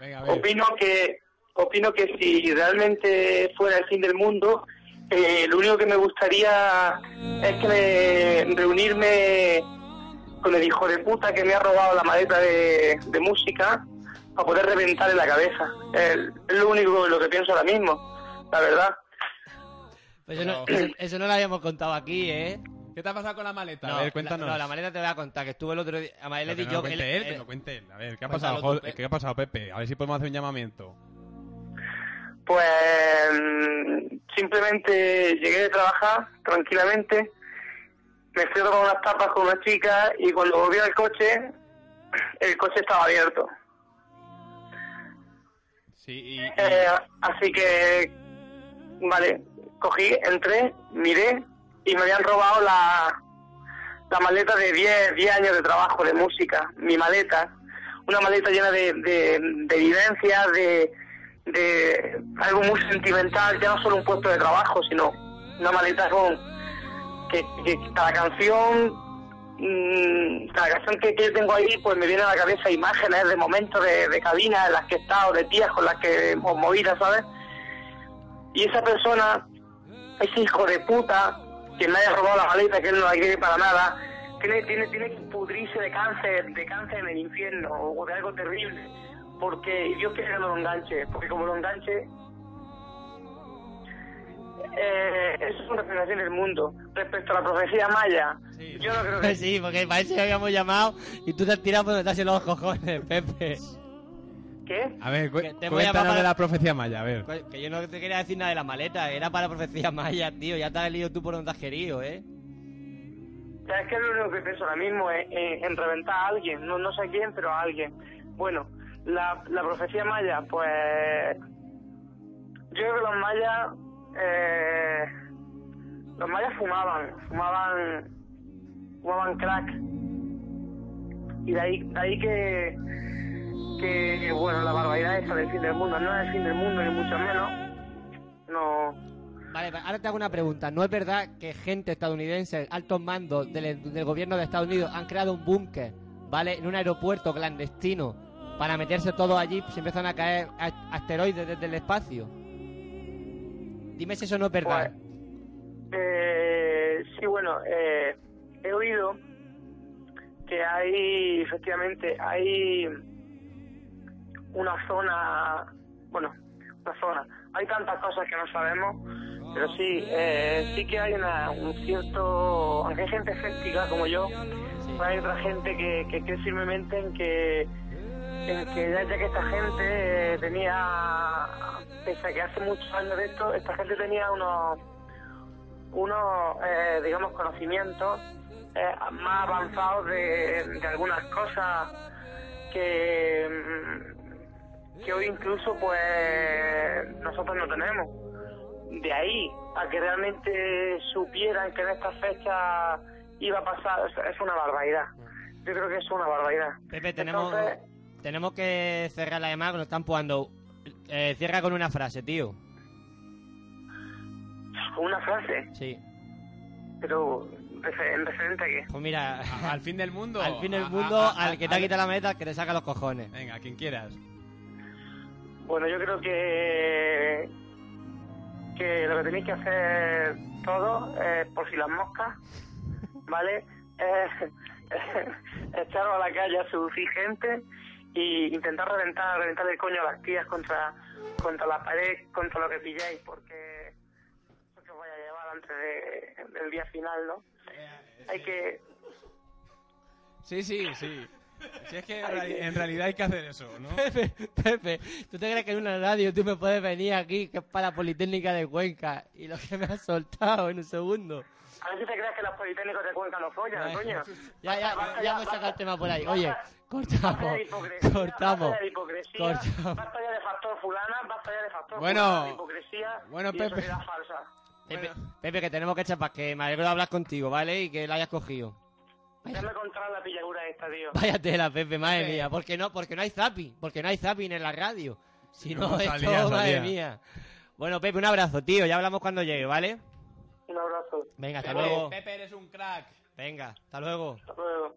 Speaker 12: Venga, a ver.
Speaker 6: Opino que, opino que si realmente fuera el fin del mundo, eh, lo único que me gustaría es que me- reunirme con el hijo de puta que me ha robado la maleta de, de música para poder reventarle la cabeza. El- es lo único lo que pienso ahora mismo, la verdad.
Speaker 1: Pues eso, no eso, eso no lo habíamos contado aquí, ¿eh?
Speaker 12: ¿Qué te ha pasado con la maleta?
Speaker 1: No,
Speaker 12: a ver, cuéntanos.
Speaker 1: La, no, la maleta te voy a contar, que estuve el otro día... Además, él le
Speaker 3: Pero que
Speaker 1: di
Speaker 3: no
Speaker 1: yo-
Speaker 3: lo cuente él,
Speaker 1: él-
Speaker 3: que lo cuente él. A ver, ¿qué ha
Speaker 1: Cuéntalo
Speaker 3: pasado,
Speaker 1: tú,
Speaker 3: Jo- ¿Qué ha pasado, Pepe? A ver si podemos hacer un llamamiento.
Speaker 6: Pues mm, simplemente llegué de trabajar tranquilamente, me fui a tomar unas tapas con una chica y cuando volví al coche, el coche estaba abierto.
Speaker 12: Sí, y,
Speaker 6: Eh, así que, vale, cogí, entré, miré y me habían robado la, la maleta de 10, 10 años de trabajo de música, mi maleta, una maleta llena de, de, de vivencias, de, de algo muy sentimental, ya no solo un puesto de trabajo, sino una maleta con que, que cada canción mm, cada canción que, que yo tengo ahí pues me viene a la cabeza imágenes de momentos de, de cabinas en las que he estado, de tías con las que hemos movido, ¿sabes? Y esa persona, ese hijo de puta, que le haya robado la maleta, que él no la quiere para nada, tiene, tiene, tiene que pudrirse de cáncer, de cáncer en el infierno o de algo terrible, porque y Dios quiere que no lo enganche, porque como lo enganche, eh, eso es una sensación del mundo. Respecto a la profecía maya, yo no creo que...
Speaker 1: Sí, porque para eso habíamos llamado y tú te has tirado por donde te has en los cojones, Pepe.
Speaker 6: ¿Qué?
Speaker 3: A ver, cu-
Speaker 1: te voy a
Speaker 3: cuéntanos
Speaker 1: papar-
Speaker 3: de la profecía maya, a ver.
Speaker 1: Que yo no te quería decir nada de la maleta, era para profecía maya, tío. Ya te has lío tú por donde has querido, ¿eh?
Speaker 6: ¿Sabes qué es lo único que pienso ahora mismo? Eh, eh, en reventar a alguien, no, no sé quién, pero a alguien. Bueno, la, la profecía maya, pues... Yo creo que los mayas... eh, los mayas fumaban, fumaban... Fumaban crack. Y de ahí, de ahí que... Que, bueno, la barbaridad esa del fin del mundo. No es el fin del mundo, ni mucho menos. No...
Speaker 1: Vale, va- ahora te hago una pregunta. ¿No es verdad que gente estadounidense, altos mandos del, del gobierno de Estados Unidos, han creado un búnker, ¿vale? En un aeropuerto clandestino Para meterse todos allí se empiezan a caer a- asteroides desde el espacio. Dime si eso no es verdad.
Speaker 6: Eh, sí, bueno, eh, he oído que hay, efectivamente, hay una zona, bueno, una zona. Hay tantas cosas que no sabemos, pero sí, eh, sí que hay una, un cierto, aunque hay gente escéptica como yo, pues hay otra gente que, que cree firmemente en que, en que ya ya que esta gente eh, tenía, pese a que hace muchos años de esto, esta gente tenía unos unos, eh, digamos, conocimientos eh, más avanzados de, de algunas cosas que, mm, que hoy incluso pues nosotros no tenemos. De ahí a que realmente supieran que en esta fecha iba a pasar, es, es una barbaridad. Yo creo que es una barbaridad.
Speaker 1: Pepe, tenemos, tenemos que cerrar la llamada que nos están jugando. Eh, cierra con una frase, tío.
Speaker 6: ¿Una frase?
Speaker 1: Sí.
Speaker 6: Pero, refer- ¿en referente a qué?
Speaker 1: Pues mira,
Speaker 3: al fin del mundo.
Speaker 1: Al fin
Speaker 3: A-
Speaker 1: del
Speaker 3: a-
Speaker 1: mundo,
Speaker 3: a- a-
Speaker 1: al que te ha
Speaker 3: a-
Speaker 1: quitado la meta, que te saca los cojones.
Speaker 3: Venga, quien quieras.
Speaker 6: Bueno, yo creo que que lo que tenéis que hacer todos, eh, por si las moscas, ¿vale? Es echaros a la calle a seducir gente y intentar reventar, reventar el coño a las tías contra, contra la pared, contra lo que pilláis, porque eso que os vaya a llevar antes de- del día final, ¿no? Hay que...
Speaker 3: Sí, sí, sí. Si es que en,
Speaker 6: Ay,
Speaker 3: reali-
Speaker 6: que-
Speaker 3: en realidad hay que hacer eso, ¿no?
Speaker 1: Pepe, Pepe, ¿tú te crees que en una radio tú me puedes venir aquí, que es para la Politécnica de Cuenca, y lo que me has soltado en un segundo?
Speaker 6: A ver si te creas que los politécnicos de Cuenca no follan, coño.
Speaker 1: Ya, ya,
Speaker 6: Basta
Speaker 1: ya hemos
Speaker 6: basta.
Speaker 1: sacado el tema por ahí. Oye,
Speaker 6: Basta
Speaker 1: cortamos,
Speaker 6: de hipocresía,
Speaker 1: cortamos,
Speaker 6: basta de hipocresía,
Speaker 1: cortamos.
Speaker 6: basta ya de factor fulana, basta ya de factor
Speaker 1: Bueno,
Speaker 6: fulana, de hipocresía
Speaker 1: bueno,
Speaker 6: y de
Speaker 1: Pepe.
Speaker 6: sociedad falsa.
Speaker 1: Pepe, Pepe, que tenemos que chapar, que me alegro de hablar contigo, ¿vale? Y que la hayas cogido.
Speaker 6: Ya me contarás la pillagura esta, tío.
Speaker 1: Vaya tela, Pepe, madre mía. Porque no, porque no hay zapping, porque no hay zapping en la radio. Si no,
Speaker 3: No,
Speaker 1: esto,
Speaker 3: salía, salía.
Speaker 1: madre mía. Bueno, Pepe, un abrazo, tío. Ya hablamos cuando llegue, ¿vale?
Speaker 6: Un abrazo.
Speaker 1: Venga, hasta
Speaker 3: Pepe,
Speaker 1: luego.
Speaker 3: Pepe, eres un crack.
Speaker 1: Venga, hasta luego.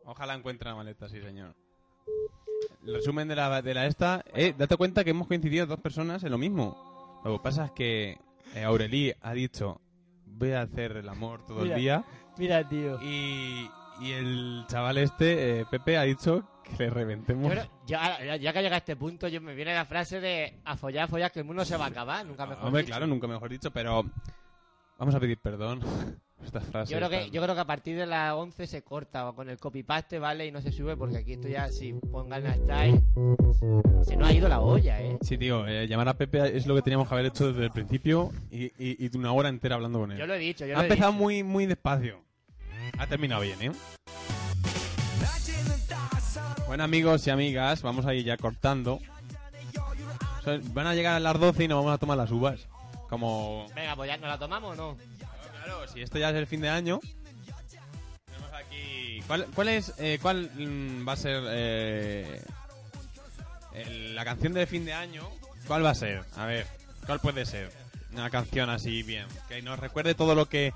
Speaker 3: Ojalá encuentre la maleta, sí, señor. El resumen de la, de la esta... Eh, date cuenta que hemos coincidido dos personas en lo mismo. Lo que pasa es que eh, Aurelí ha dicho, voy a hacer el amor todo
Speaker 1: Mira.
Speaker 3: el día.
Speaker 1: Mira, tío.
Speaker 3: Y, y el chaval este, eh, Pepe, ha dicho que le reventemos.
Speaker 1: Ya, ya- ya que llega a este punto, yo me viene la frase de a follar, a follar, que el mundo se va a acabar. Nunca mejor
Speaker 3: Ah, Hombre,
Speaker 1: dicho.
Speaker 3: claro, nunca mejor dicho, pero vamos a pedir perdón. Esta frase.
Speaker 1: Yo creo, que,
Speaker 3: tan-
Speaker 1: yo creo que a partir de las 11 se corta o con el copy-paste, ¿vale? Y no se sube porque aquí esto ya, si pongan la style, se nos ha ido la olla, ¿eh?
Speaker 3: Sí, tío, eh, llamar a Pepe es lo que teníamos que haber hecho desde el principio y, y- y una hora entera hablando con él.
Speaker 1: Yo lo he dicho, yo lo
Speaker 3: ha
Speaker 1: he
Speaker 3: empezado
Speaker 1: dicho.
Speaker 3: muy muy despacio. Ha terminado bien, ¿eh? Bueno, amigos y amigas, vamos a ir ya cortando. Son- Van a llegar a las 12 y nos vamos a tomar las uvas. Como
Speaker 1: Venga, pues ya nos la tomamos o no.
Speaker 3: Claro, si esto ya es el fin de año. Tenemos aquí. ¿Cuál, cuál es eh, cuál mm, va a ser eh, el- la canción de fin de año? ¿Cuál va a ser? A ver, ¿cuál puede ser? Una canción así bien que nos recuerde todo lo que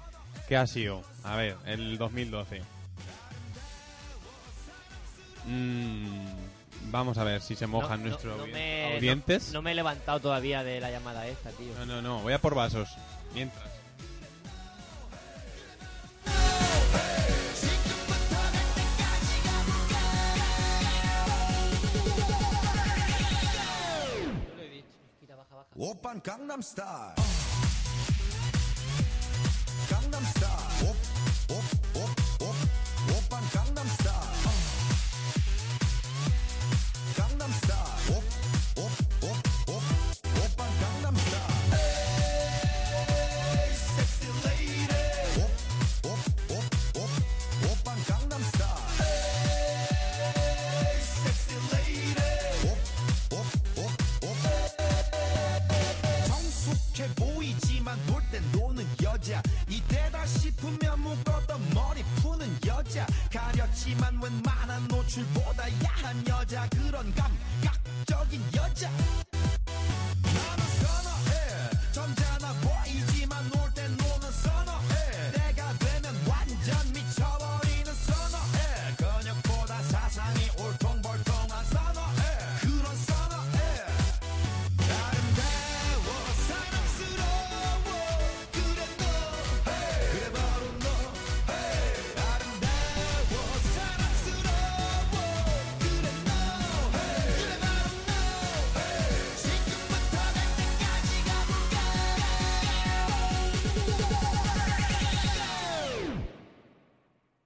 Speaker 3: que ha sido. A ver, el 2012. Mm, vamos a ver si se mojan nuestros
Speaker 1: no
Speaker 3: audi-
Speaker 1: me-
Speaker 3: audientes.
Speaker 1: No, no me he levantado todavía de la llamada esta, tío.
Speaker 3: No, no, no, voy a por vasos. Mientras.
Speaker 15: 오빤 강남 스타일. 강남 스타일. 오, 오, 오, 오, 오빤 강남 스타일. 강남 스타일. 오, 오, 오, 오, 오빤 강남 스타일. Hey, sexy lady. 오, 오, 오, 오, 오빤 강남 스타일. Hey, sexy lady. 오, 오, 오, 오. 성숙해 보이지만 놀 땐 노는 여자 이때다 싶으면 묶었던 머리 푸는 여자 가렸지만 웬만한 노출보다 야한 여자 그런 감각적인 여자 나는 선어해 점잖아 보이지만 놀 땐 노는 선어해 내가 되면 완전 미쳐버리는 선어해 그녀보다 사상이 올통벌통한 선어해 그런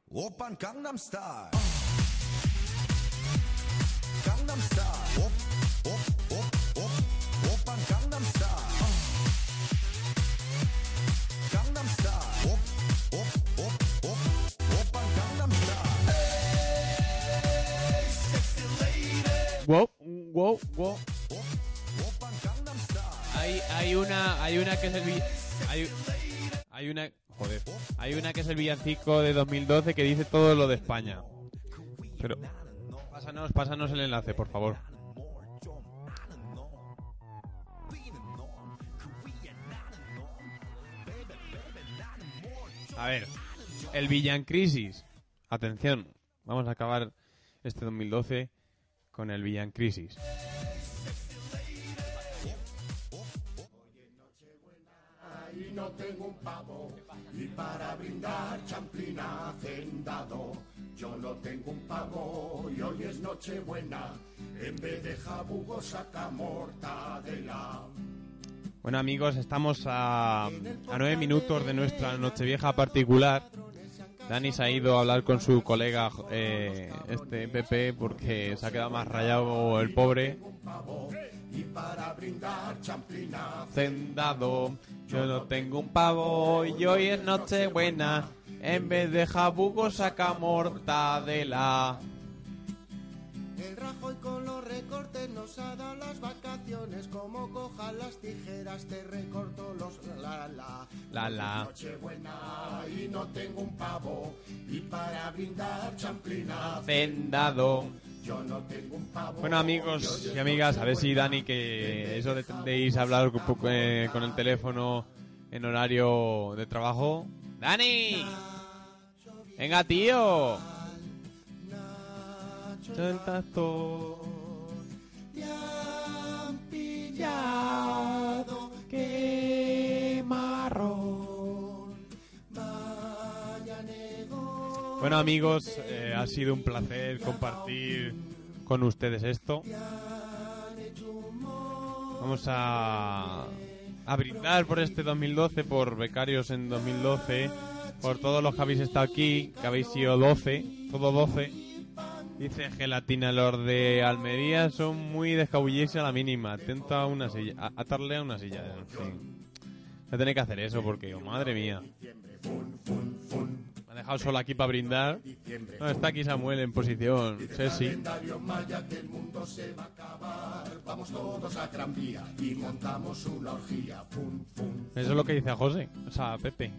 Speaker 16: 오빤 강남스타일 강남스타일 오오오오 오빤 강남스타일 강남스타일 오오오오 오빤 강남스타일 에이 섹시 레이디
Speaker 3: Wow, wow, wow.
Speaker 16: 오빤 강남스타일
Speaker 3: Hay, hay una, hay una que es el vi- hay, hay una, joder, hay una que es el villancico de 2012 que dice todo lo de España. Pero pásanos, pásanos el enlace, por favor. A ver, el Villancrisis. Atención, vamos a acabar este 2012 con el Villancrisis.
Speaker 17: Y no tengo un pavo, y para brindar champlín hacendado. Yo no tengo un pavo, y hoy es noche buena. En vez de jabugo saca mortadela.
Speaker 3: Bueno amigos, estamos a, a nueve minutos de nuestra Nochevieja particular. Dani se ha ido a hablar con su colega eh, este Pepe porque se ha quedado más rayado el pobre.
Speaker 17: Y para brindar champlín
Speaker 3: Hacendado, yo no tengo un pavo y hoy es noche buena. En vez de jabugo saca mortadela.
Speaker 18: El Rajoy con los recortes nos ha dado las vacaciones. Como cojas las tijeras, te recorto los la la.
Speaker 3: La la.
Speaker 17: Nochebuena y no tengo un pavo y para brindar champlín
Speaker 3: Hacendado.
Speaker 17: Yo no tengo un pavo.
Speaker 3: Bueno amigos y amigas, a ver si Dani, que eso de tendéis a hablar un poco, eh, con el teléfono en horario de trabajo. ¡Dani! ¡Venga, tío!
Speaker 17: Te han pillado que marrón. Vaya nego.
Speaker 3: Bueno amigos, eh, ha sido un placer compartir con ustedes esto. Vamos a, a brindar por este 2012, por becarios en 2012, por todos los que habéis estado aquí, que habéis sido 12, todo 12. Dice Gelatina, los de Almería son muy de escabullirse a la mínima. Atenta a una silla, a- atarle a una silla. En fin. Voy a tener que hacer eso porque, oh, madre mía. Me ha dejado solo aquí para brindar. No, está aquí Samuel en posición. Ceci.
Speaker 17: calendario maya que el mundo se va a acabar. Vamos todos a Gran Vía y montamos una orgía. Pum, pum.
Speaker 3: Eso es lo que dice a José. O sea, a Pepe.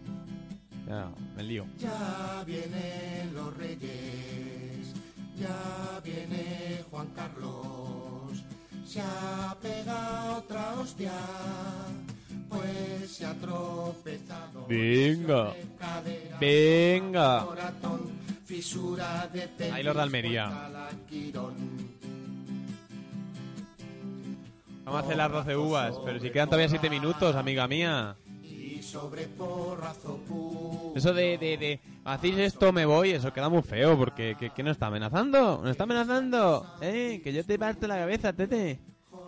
Speaker 3: Ya, me lío.
Speaker 17: Ya vienen los reyes, ya viene Juan Carlos. Se ha pegado otra hostia, pues se ha tropezado.
Speaker 3: Venga.
Speaker 17: Cadera,
Speaker 3: Venga.
Speaker 17: corazón, fisura de pelvis,
Speaker 3: Ahí los de Almería.
Speaker 17: puerta al quirón.
Speaker 3: Vamos a hacer las 12 uvas, pero si quedan todavía 7 minutos, amiga mía.
Speaker 17: Y sobre porrazo puro.
Speaker 3: Eso de, de, de, hacéis esto, me voy, eso queda muy feo, porque ¿qué, qué nos está amenazando? ¿Nos está amenazando? ¿Eh? Que yo te parto la cabeza, tete.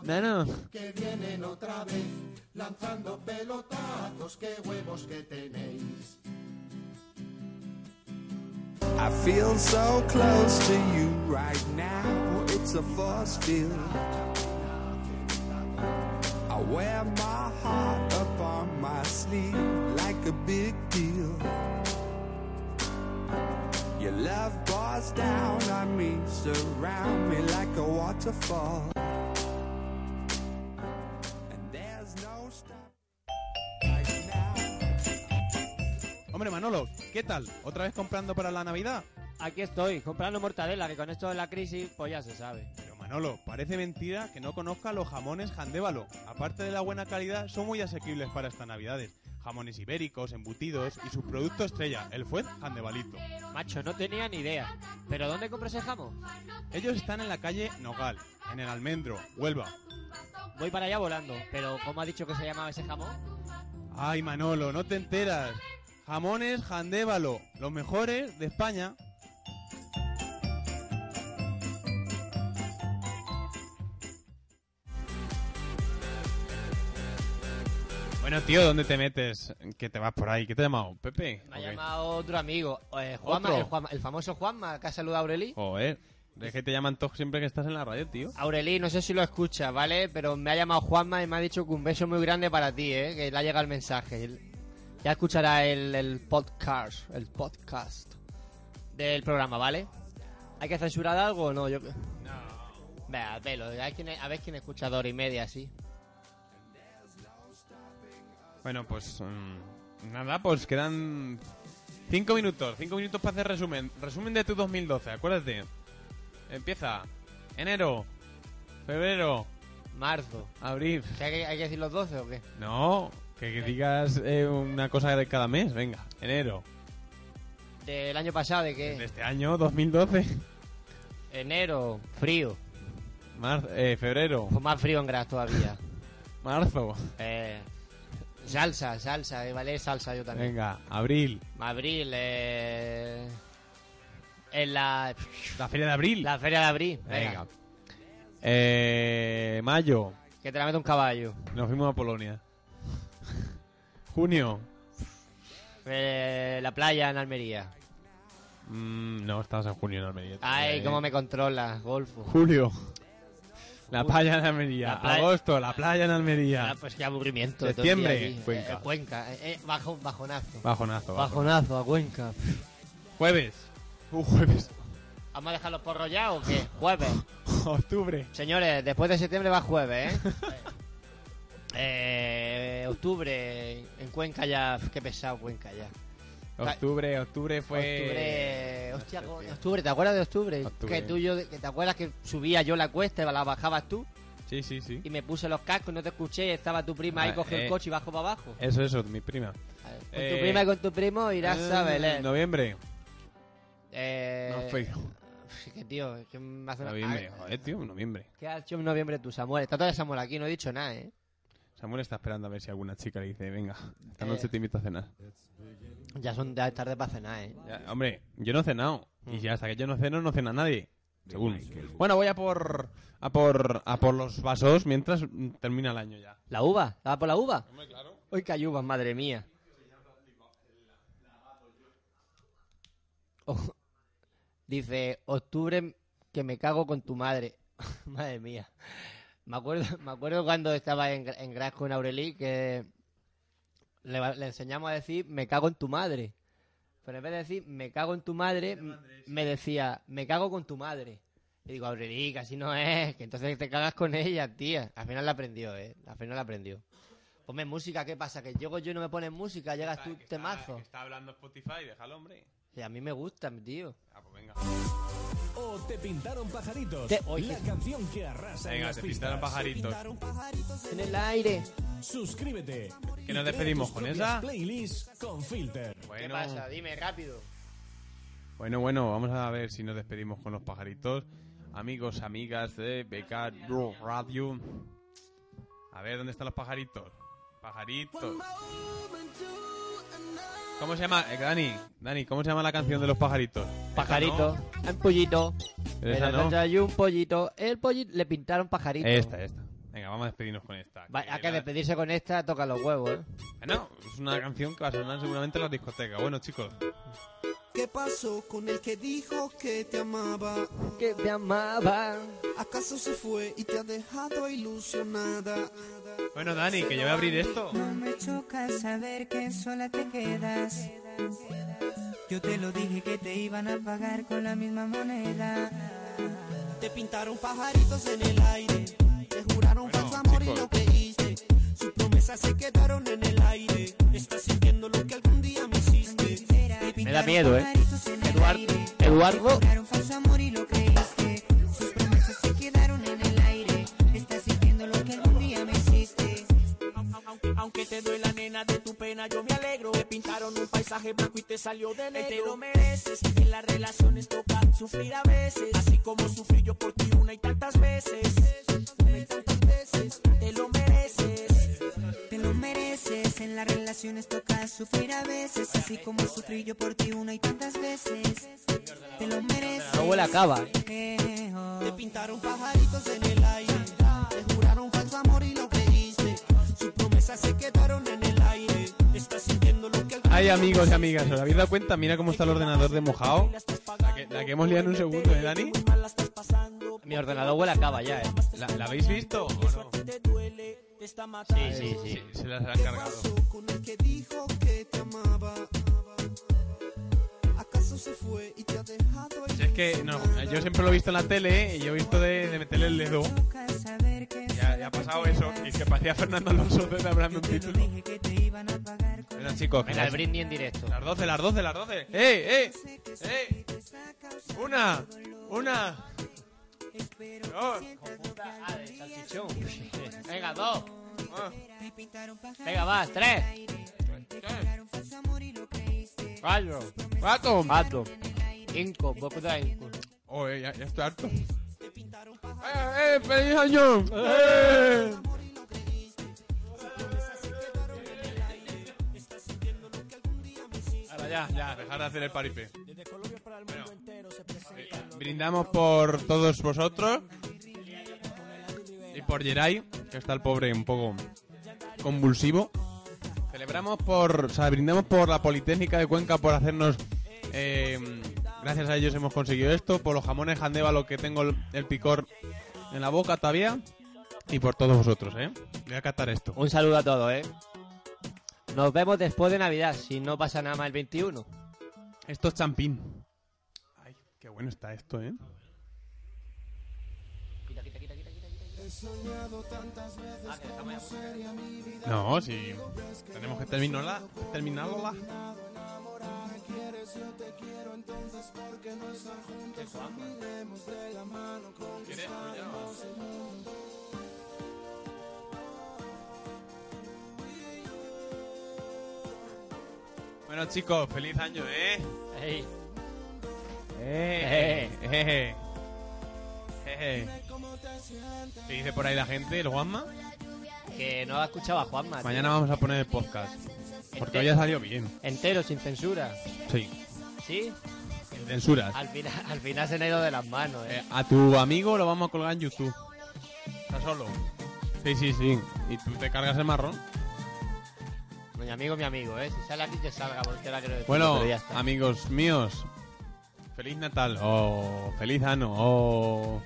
Speaker 3: Nano.
Speaker 17: que vienen otra vez lanzando pelotazos, qué huevos que tenéis.
Speaker 19: I feel so close to you right now. It's a force field. I wear my heart up on my sleeve like a big deal. Your love pours down on me, surround me like a waterfall. And there's no stop.
Speaker 3: Hombre, Manolo, ¿qué tal? ¿Otra vez comprando para la Navidad?
Speaker 1: Aquí estoy, comprando mortadela, que con esto de la crisis, pues ya se sabe.
Speaker 3: Pero Manolo, parece mentira que no conozca los jamones Jandévalo. Aparte de la buena calidad, son muy asequibles para estas navidades. Jamones ibéricos, embutidos y su producto estrella, el fuet Jandebalito.
Speaker 1: Macho, no tenía ni idea. ¿Pero dónde compro ese jamón?
Speaker 3: Ellos están en la calle Nogal, en el Almendro, Huelva.
Speaker 1: Voy para allá volando, pero ¿cómo ha dicho que se llamaba ese jamón?
Speaker 3: Ay, Manolo, no te enteras. Jamones Jandévalo, los mejores de España. Bueno, tío, ¿dónde te metes? Que te vas por ahí. ¿Qué te ha llamado? ¿Pepe?
Speaker 1: Me ha llamado otro amigo, eh, Juanma,
Speaker 3: ¿Otro?
Speaker 1: El, Juanma- el famoso Juanma, que ha saludado a Aureli.
Speaker 3: Joder. Es que te llaman todos siempre que estás en la radio, tío.
Speaker 1: Aureli, no sé si lo escuchas, ¿vale? Pero me ha llamado Juanma y me ha dicho que un beso muy grande para ti, ¿eh? Que le ha llegado el mensaje. Él- Ya escuchará el, el podcast, el podcast del programa, ¿vale? ¿Hay que censurar algo o no? Yo... No. Venga, pelo, a ver quién, a ver quién escucha dos horas y media así.
Speaker 3: Bueno, pues mm, nada, pues quedan cinco minutos, cinco minutos para hacer resumen. Resumen de tu 2012, acuérdate. Empieza enero, febrero,
Speaker 1: marzo,
Speaker 3: abril.
Speaker 1: ¿Que ¿Hay que, hay que decir los 12 o qué?
Speaker 3: No, que, que digas eh, una cosa de cada mes, venga. Enero,
Speaker 1: Del año pasado, ¿de qué?
Speaker 3: este año 2012,
Speaker 1: Enero, frío.
Speaker 3: marzo, eh, febrero,
Speaker 1: Pues más frío en Graz todavía.
Speaker 3: marzo,
Speaker 1: eh, salsa, salsa, eh, vale, salsa yo también.
Speaker 3: venga, abril,
Speaker 1: Abril, eh... En la...
Speaker 3: la feria de abril,
Speaker 1: La feria de abril, venga.
Speaker 3: Venga. eh, mayo,
Speaker 1: Que te la mete un caballo.
Speaker 3: nos fuimos a Polonia. Junio,
Speaker 1: Eh, la playa en Almería.
Speaker 3: mm, no, estamos en junio en Almería.
Speaker 1: Ay,
Speaker 3: Eh,
Speaker 1: cómo me controlas, Golfo.
Speaker 3: Julio. La playa en Almería.
Speaker 1: La playa-
Speaker 3: Agosto, la playa en Almería.
Speaker 1: Ah, pues qué aburrimiento. todo el
Speaker 3: Septiembre,
Speaker 1: día aquí.
Speaker 3: Cuenca.
Speaker 1: Eh, Cuenca, eh, eh, bajo- bajonazo.
Speaker 3: Bajonazo, bajo.
Speaker 1: Bajonazo a Cuenca.
Speaker 3: Jueves. Uh, jueves.
Speaker 1: ¿Vamos a dejar los porros ya o qué? Jueves.
Speaker 3: Octubre.
Speaker 1: Señores, después de septiembre va jueves, ¿eh? Eh, octubre, en Cuenca ya... Qué pesado Cuenca ya.
Speaker 3: Octubre, octubre fue.
Speaker 1: Octubre, hostia, coño, octubre, ¿te acuerdas de octubre?
Speaker 3: Octubre.
Speaker 1: Que tú y yo, que te acuerdas que subía yo la cuesta y la bajabas tú
Speaker 3: Sí, sí, sí.
Speaker 1: y me puse los cascos, no te escuché, estaba tu prima ahí,
Speaker 3: Ah,
Speaker 1: coge
Speaker 3: eh.
Speaker 1: el coche y bajo para abajo.
Speaker 3: Eso, eso, mi prima.
Speaker 1: Con
Speaker 3: Eh,
Speaker 1: tu prima y con tu primo irás a
Speaker 3: eh,
Speaker 1: Belén.
Speaker 3: Noviembre.
Speaker 1: Eh,
Speaker 3: No, feo.
Speaker 1: es que tío, es que me hace una-
Speaker 3: Noviembre.
Speaker 1: Ah,
Speaker 3: Joder, tío, noviembre.
Speaker 1: ¿Qué has hecho en noviembre tú, Samuel? Está todavía Samuel aquí, no he dicho nada, ¿eh?
Speaker 3: Samuel está esperando a ver si alguna chica le dice, venga, esta
Speaker 1: Eh.
Speaker 3: noche te invito a cenar.
Speaker 1: Ya son ya es tarde para cenar, ¿eh?
Speaker 3: Ya, hombre, yo no he cenado. Y ya hasta que yo no ceno, no cena nadie. Según. Bueno, voy a por, a por, a por los vasos mientras mm, termina el año ya.
Speaker 1: ¿La uva? ¿Va por la uva? Hoy que hay uvas, madre mía. Ojo. dice, octubre que me cago con tu madre. madre mía. Me acuerdo, me acuerdo cuando estaba en, Gra- en Graz con Aurelí que le, va- le enseñamos a decir, me cago en tu madre. Pero en vez de decir, me cago en tu madre, m- me decía, me cago con tu madre. Y digo, Aurelí, que así no es, que entonces te cagas con ella, tía. Al final la aprendió, ¿eh? Al final la aprendió. Ponme música, ¿qué pasa? Que llego yo y no me pones música, llegas tú, temazo.
Speaker 3: Está hablando Spotify, déjalo, hombre. Ah, pues
Speaker 1: Y a mí me gusta, mi tío.
Speaker 20: O te pintaron pajaritos.
Speaker 1: Te- oye.
Speaker 20: la canción que arrasa en
Speaker 3: Venga,
Speaker 20: las
Speaker 3: te pintaron
Speaker 20: pistas.
Speaker 3: pajaritos.
Speaker 20: Te pintaron pajaritos
Speaker 1: En el aire.
Speaker 20: Suscríbete.
Speaker 3: Que nos despedimos con esa.
Speaker 20: Playlist con filter.
Speaker 1: ¿Qué pasa? Dime, rápido.
Speaker 3: Bueno, bueno, vamos a ver si nos despedimos con los pajaritos. Amigos, amigas de BK Radio. A ver, ¿dónde están los pajaritos? Pajaritos. ¿Cómo se llama? Eh, Dani, Dani, ¿cómo se llama la canción de los pajaritos?
Speaker 1: Pajarito, un pollito.
Speaker 3: Esa
Speaker 1: Era
Speaker 3: no.
Speaker 1: contra y un pollito. El pollito le pintaron pajarito.
Speaker 3: Esta, no? esta, esta. Venga, vamos a despedirnos con esta. Ah,
Speaker 1: Va- hay que despedirse con esta, toca los huevos, ¿eh?
Speaker 3: No, es una canción que va a sonar seguramente en las discotecas. Bueno, chicos.
Speaker 19: ¿Qué pasó con el que dijo que te amaba?
Speaker 1: Que te amaba.
Speaker 19: ¿Acaso se fue y te ha dejado ilusionada?
Speaker 3: Bueno, Dani, que yo voy a abrir esto.
Speaker 21: No me choca saber que sola te quedas. Yo te lo dije que te iban a pagar con la misma moneda.
Speaker 19: Te pintaron pajaritos en el aire. Te juraron falso amor y lo creíste. Sus promesas se quedaron en el aire. Estás sintiendo lo que algún día me hiciste.
Speaker 1: Me da miedo, ¿eh? Eduardo, Eduardo,
Speaker 21: Falso amor y lo creíste. Sus promesas se quedaron en el aire. Estás sintiendo lo que algún día me hiciste.
Speaker 20: Aunque te duela, nena, de tu pena yo me alegro. Te pintaron un paisaje blanco y te salió de negro. Te lo mereces. En las relaciones toca sufrir a veces. Así como sufrí yo por ti una y tantas veces. Una y tantas veces. Te lo mereces.
Speaker 21: Te lo mereces, en las relaciones toca sufrir a veces, así como sufrí yo por ti una y tantas veces. Te lo mereces.
Speaker 1: no huele a cava. ¿eh?
Speaker 19: Te pintaron pajaritos en el aire. Te juraron falso amor y lo creíste. Sus promesas se quedaron en
Speaker 3: Ay, amigos y amigas, ¿os habéis dado cuenta? Mira cómo está el ordenador de mojado. La que, la que hemos liado en un segundo, ¿eh, Dani?
Speaker 1: Mi ordenador huele a cava ya, ¿eh?
Speaker 3: ¿La, la habéis visto o no?
Speaker 1: Sí, sí, sí.
Speaker 3: Se, se las han cargado.
Speaker 19: con el que dijo que te amaba. ¿Acaso se fue y te ha dejado
Speaker 3: Si es que, no, yo siempre lo he visto en la tele ¿eh? y yo he visto de, de meterle el dedo. Ya, ya ha pasado eso. Y que parecía Fernando Alonso celebrando un título. Bueno, chicos, que
Speaker 1: Venga, el
Speaker 3: las-
Speaker 1: brindis en directo.
Speaker 3: Las 12, las 12, las 12. ¡Eh, eh! ¡Eh! ¡Una! ¡Una! ¡Dos!
Speaker 1: Venga, dos. Venga, vas, tres. Cuatro.
Speaker 3: Cuatro.
Speaker 1: Cuatro. Cinco. Vos contra cinco.
Speaker 3: Oye, oh, ya, ya estoy harto. ¡Eh, eh! ¡Feliz año! ¡Eh! Ahora ya, ya, dejar de hacer el paripé. Bueno, brindamos por todos vosotros y por Geray, que está el pobre un poco convulsivo. Celebramos por, o sea, brindamos por la Politécnica de Cuenca por hacernos, eh, gracias a ellos hemos conseguido esto, por los jamones jandévalo que tengo el, el picor en la boca todavía y por todos vosotros, ¿eh? Voy a catar esto.
Speaker 1: Un saludo a todos, ¿eh? Nos vemos después de Navidad, si no pasa nada más el 21.
Speaker 3: Esto es champín. Ay, qué bueno está esto, ¿eh?
Speaker 17: He soñado tantas veces cómo sería mi vida.
Speaker 3: No, sí. Tenemos que terminarla. Terminarla.
Speaker 17: Me quieres, yo te quiero, entonces ¿por qué no estar juntos? Caminemos de la mano, conquistamos el mundo.
Speaker 3: Bueno, chicos, feliz año, ¿eh?
Speaker 1: Ey. Eh.
Speaker 3: Eh, eh, eh. ¿Qué dice por ahí la gente, el Juanma?
Speaker 1: Que no ha escuchado a Juanma. tío.
Speaker 3: Mañana vamos a poner el podcast. Porque hoy ha salido bien.
Speaker 1: Entero, sin censura.
Speaker 3: Sí.
Speaker 1: ¿Sí?
Speaker 3: Sin censuras.
Speaker 1: Al final, al final se le ha ido de las manos, ¿eh?
Speaker 3: Eh, a tu amigo lo vamos a colgar en YouTube. Está solo. Sí, sí, sí. Y tú te cargas el marrón.
Speaker 1: Mi amigo, mi amigo, ¿eh? Si sale aquí, que salga, porque la quiero decir.
Speaker 3: Bueno,
Speaker 1: pero ya está.
Speaker 3: amigos míos, feliz Natal o feliz ano o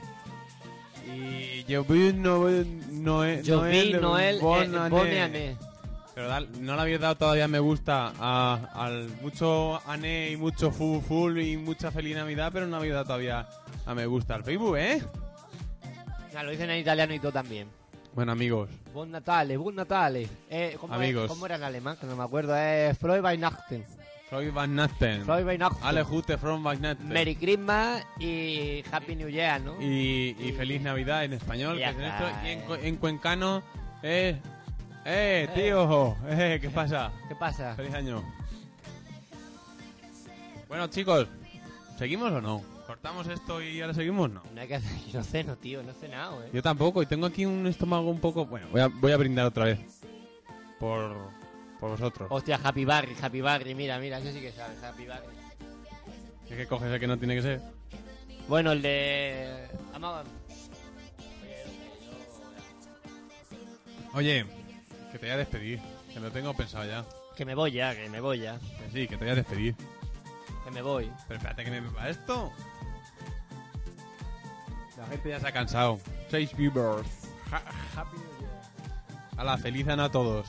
Speaker 3: y yo vi Noel, Noel,
Speaker 1: Yo vi Noel, eh,
Speaker 3: Bon Année.
Speaker 1: Bonne Année.
Speaker 3: Pero dal- no le habéis dado todavía me gusta a- al mucho ané y mucho full full y mucha feliz Navidad, pero no habéis dado todavía a me gusta al Facebook, ¿eh?
Speaker 1: Ya, lo dicen en italiano y todo también.
Speaker 3: Bueno, amigos,
Speaker 1: Buon Natale, buon Natale. Eh, ¿cómo,
Speaker 3: Amigos.
Speaker 1: ¿Cómo era en alemán? Que no me acuerdo. Eh, Es Freud Weihnachten.
Speaker 3: Freud van Nachten.
Speaker 1: Freud Weihnachten.
Speaker 3: Ale Jute from Weihnachten.
Speaker 1: Merry Christmas y Happy New Year, ¿no?
Speaker 3: y, y feliz Navidad en español.
Speaker 1: Ya
Speaker 3: que es
Speaker 1: está,
Speaker 3: esto. y en,
Speaker 1: eh.
Speaker 3: cu- en cuencano es... ¡Eh, tío! Eh, ¿Qué pasa?
Speaker 1: ¿Qué pasa?
Speaker 3: ¡Feliz año! Bueno, chicos, ¿seguimos o no? ¿Cortamos esto y ahora seguimos? No.
Speaker 1: No hay que hacer. Yo no ceno, tío. No he cenado, ¿eh?
Speaker 3: Yo tampoco, y tengo aquí un estómago un poco... Bueno, voy a, voy a brindar otra vez. Por, por vosotros.
Speaker 1: Hostia, Happy Barry, Happy Barry. Mira, mira, eso sí que sabes, Happy Barry.
Speaker 3: Es que coges el que no tiene que ser.
Speaker 1: Bueno, el de... Amaba.
Speaker 3: Oye, que te voy a despedir. Que lo tengo pensado ya.
Speaker 1: Que me voy ya, que me voy ya.
Speaker 3: Que sí, que te voy a despedir.
Speaker 1: Que me voy.
Speaker 3: Pero espérate que me prepara esto. La gente ya se ha cansado. Seis viewers.
Speaker 1: Happy New Year.
Speaker 3: A la feliz ano a todos.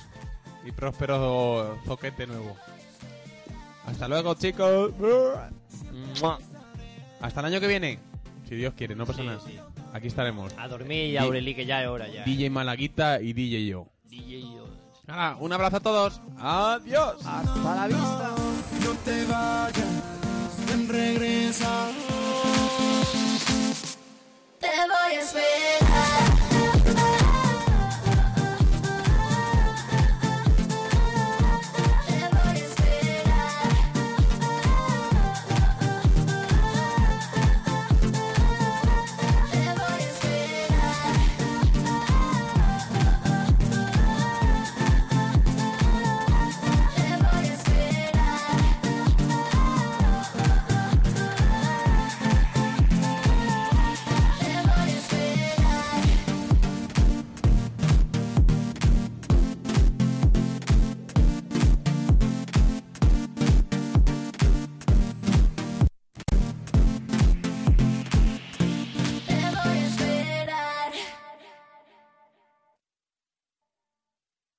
Speaker 3: Y próspero zoquete nuevo. Hasta luego, chicos. Mua. Hasta el año que viene. Si Dios quiere, no pasa
Speaker 1: Sí,
Speaker 3: nada.
Speaker 1: sí.
Speaker 3: Aquí estaremos.
Speaker 1: A dormir y
Speaker 3: Di-
Speaker 1: a Aureli, que ya es hora ya.
Speaker 3: DJ Malaguita y DJ yo.
Speaker 1: DJ yo.
Speaker 3: Nada, un abrazo a todos. Adiós.
Speaker 1: Hasta la vista.
Speaker 17: No te vayas, ven, regresa.
Speaker 9: Te voy a esperar.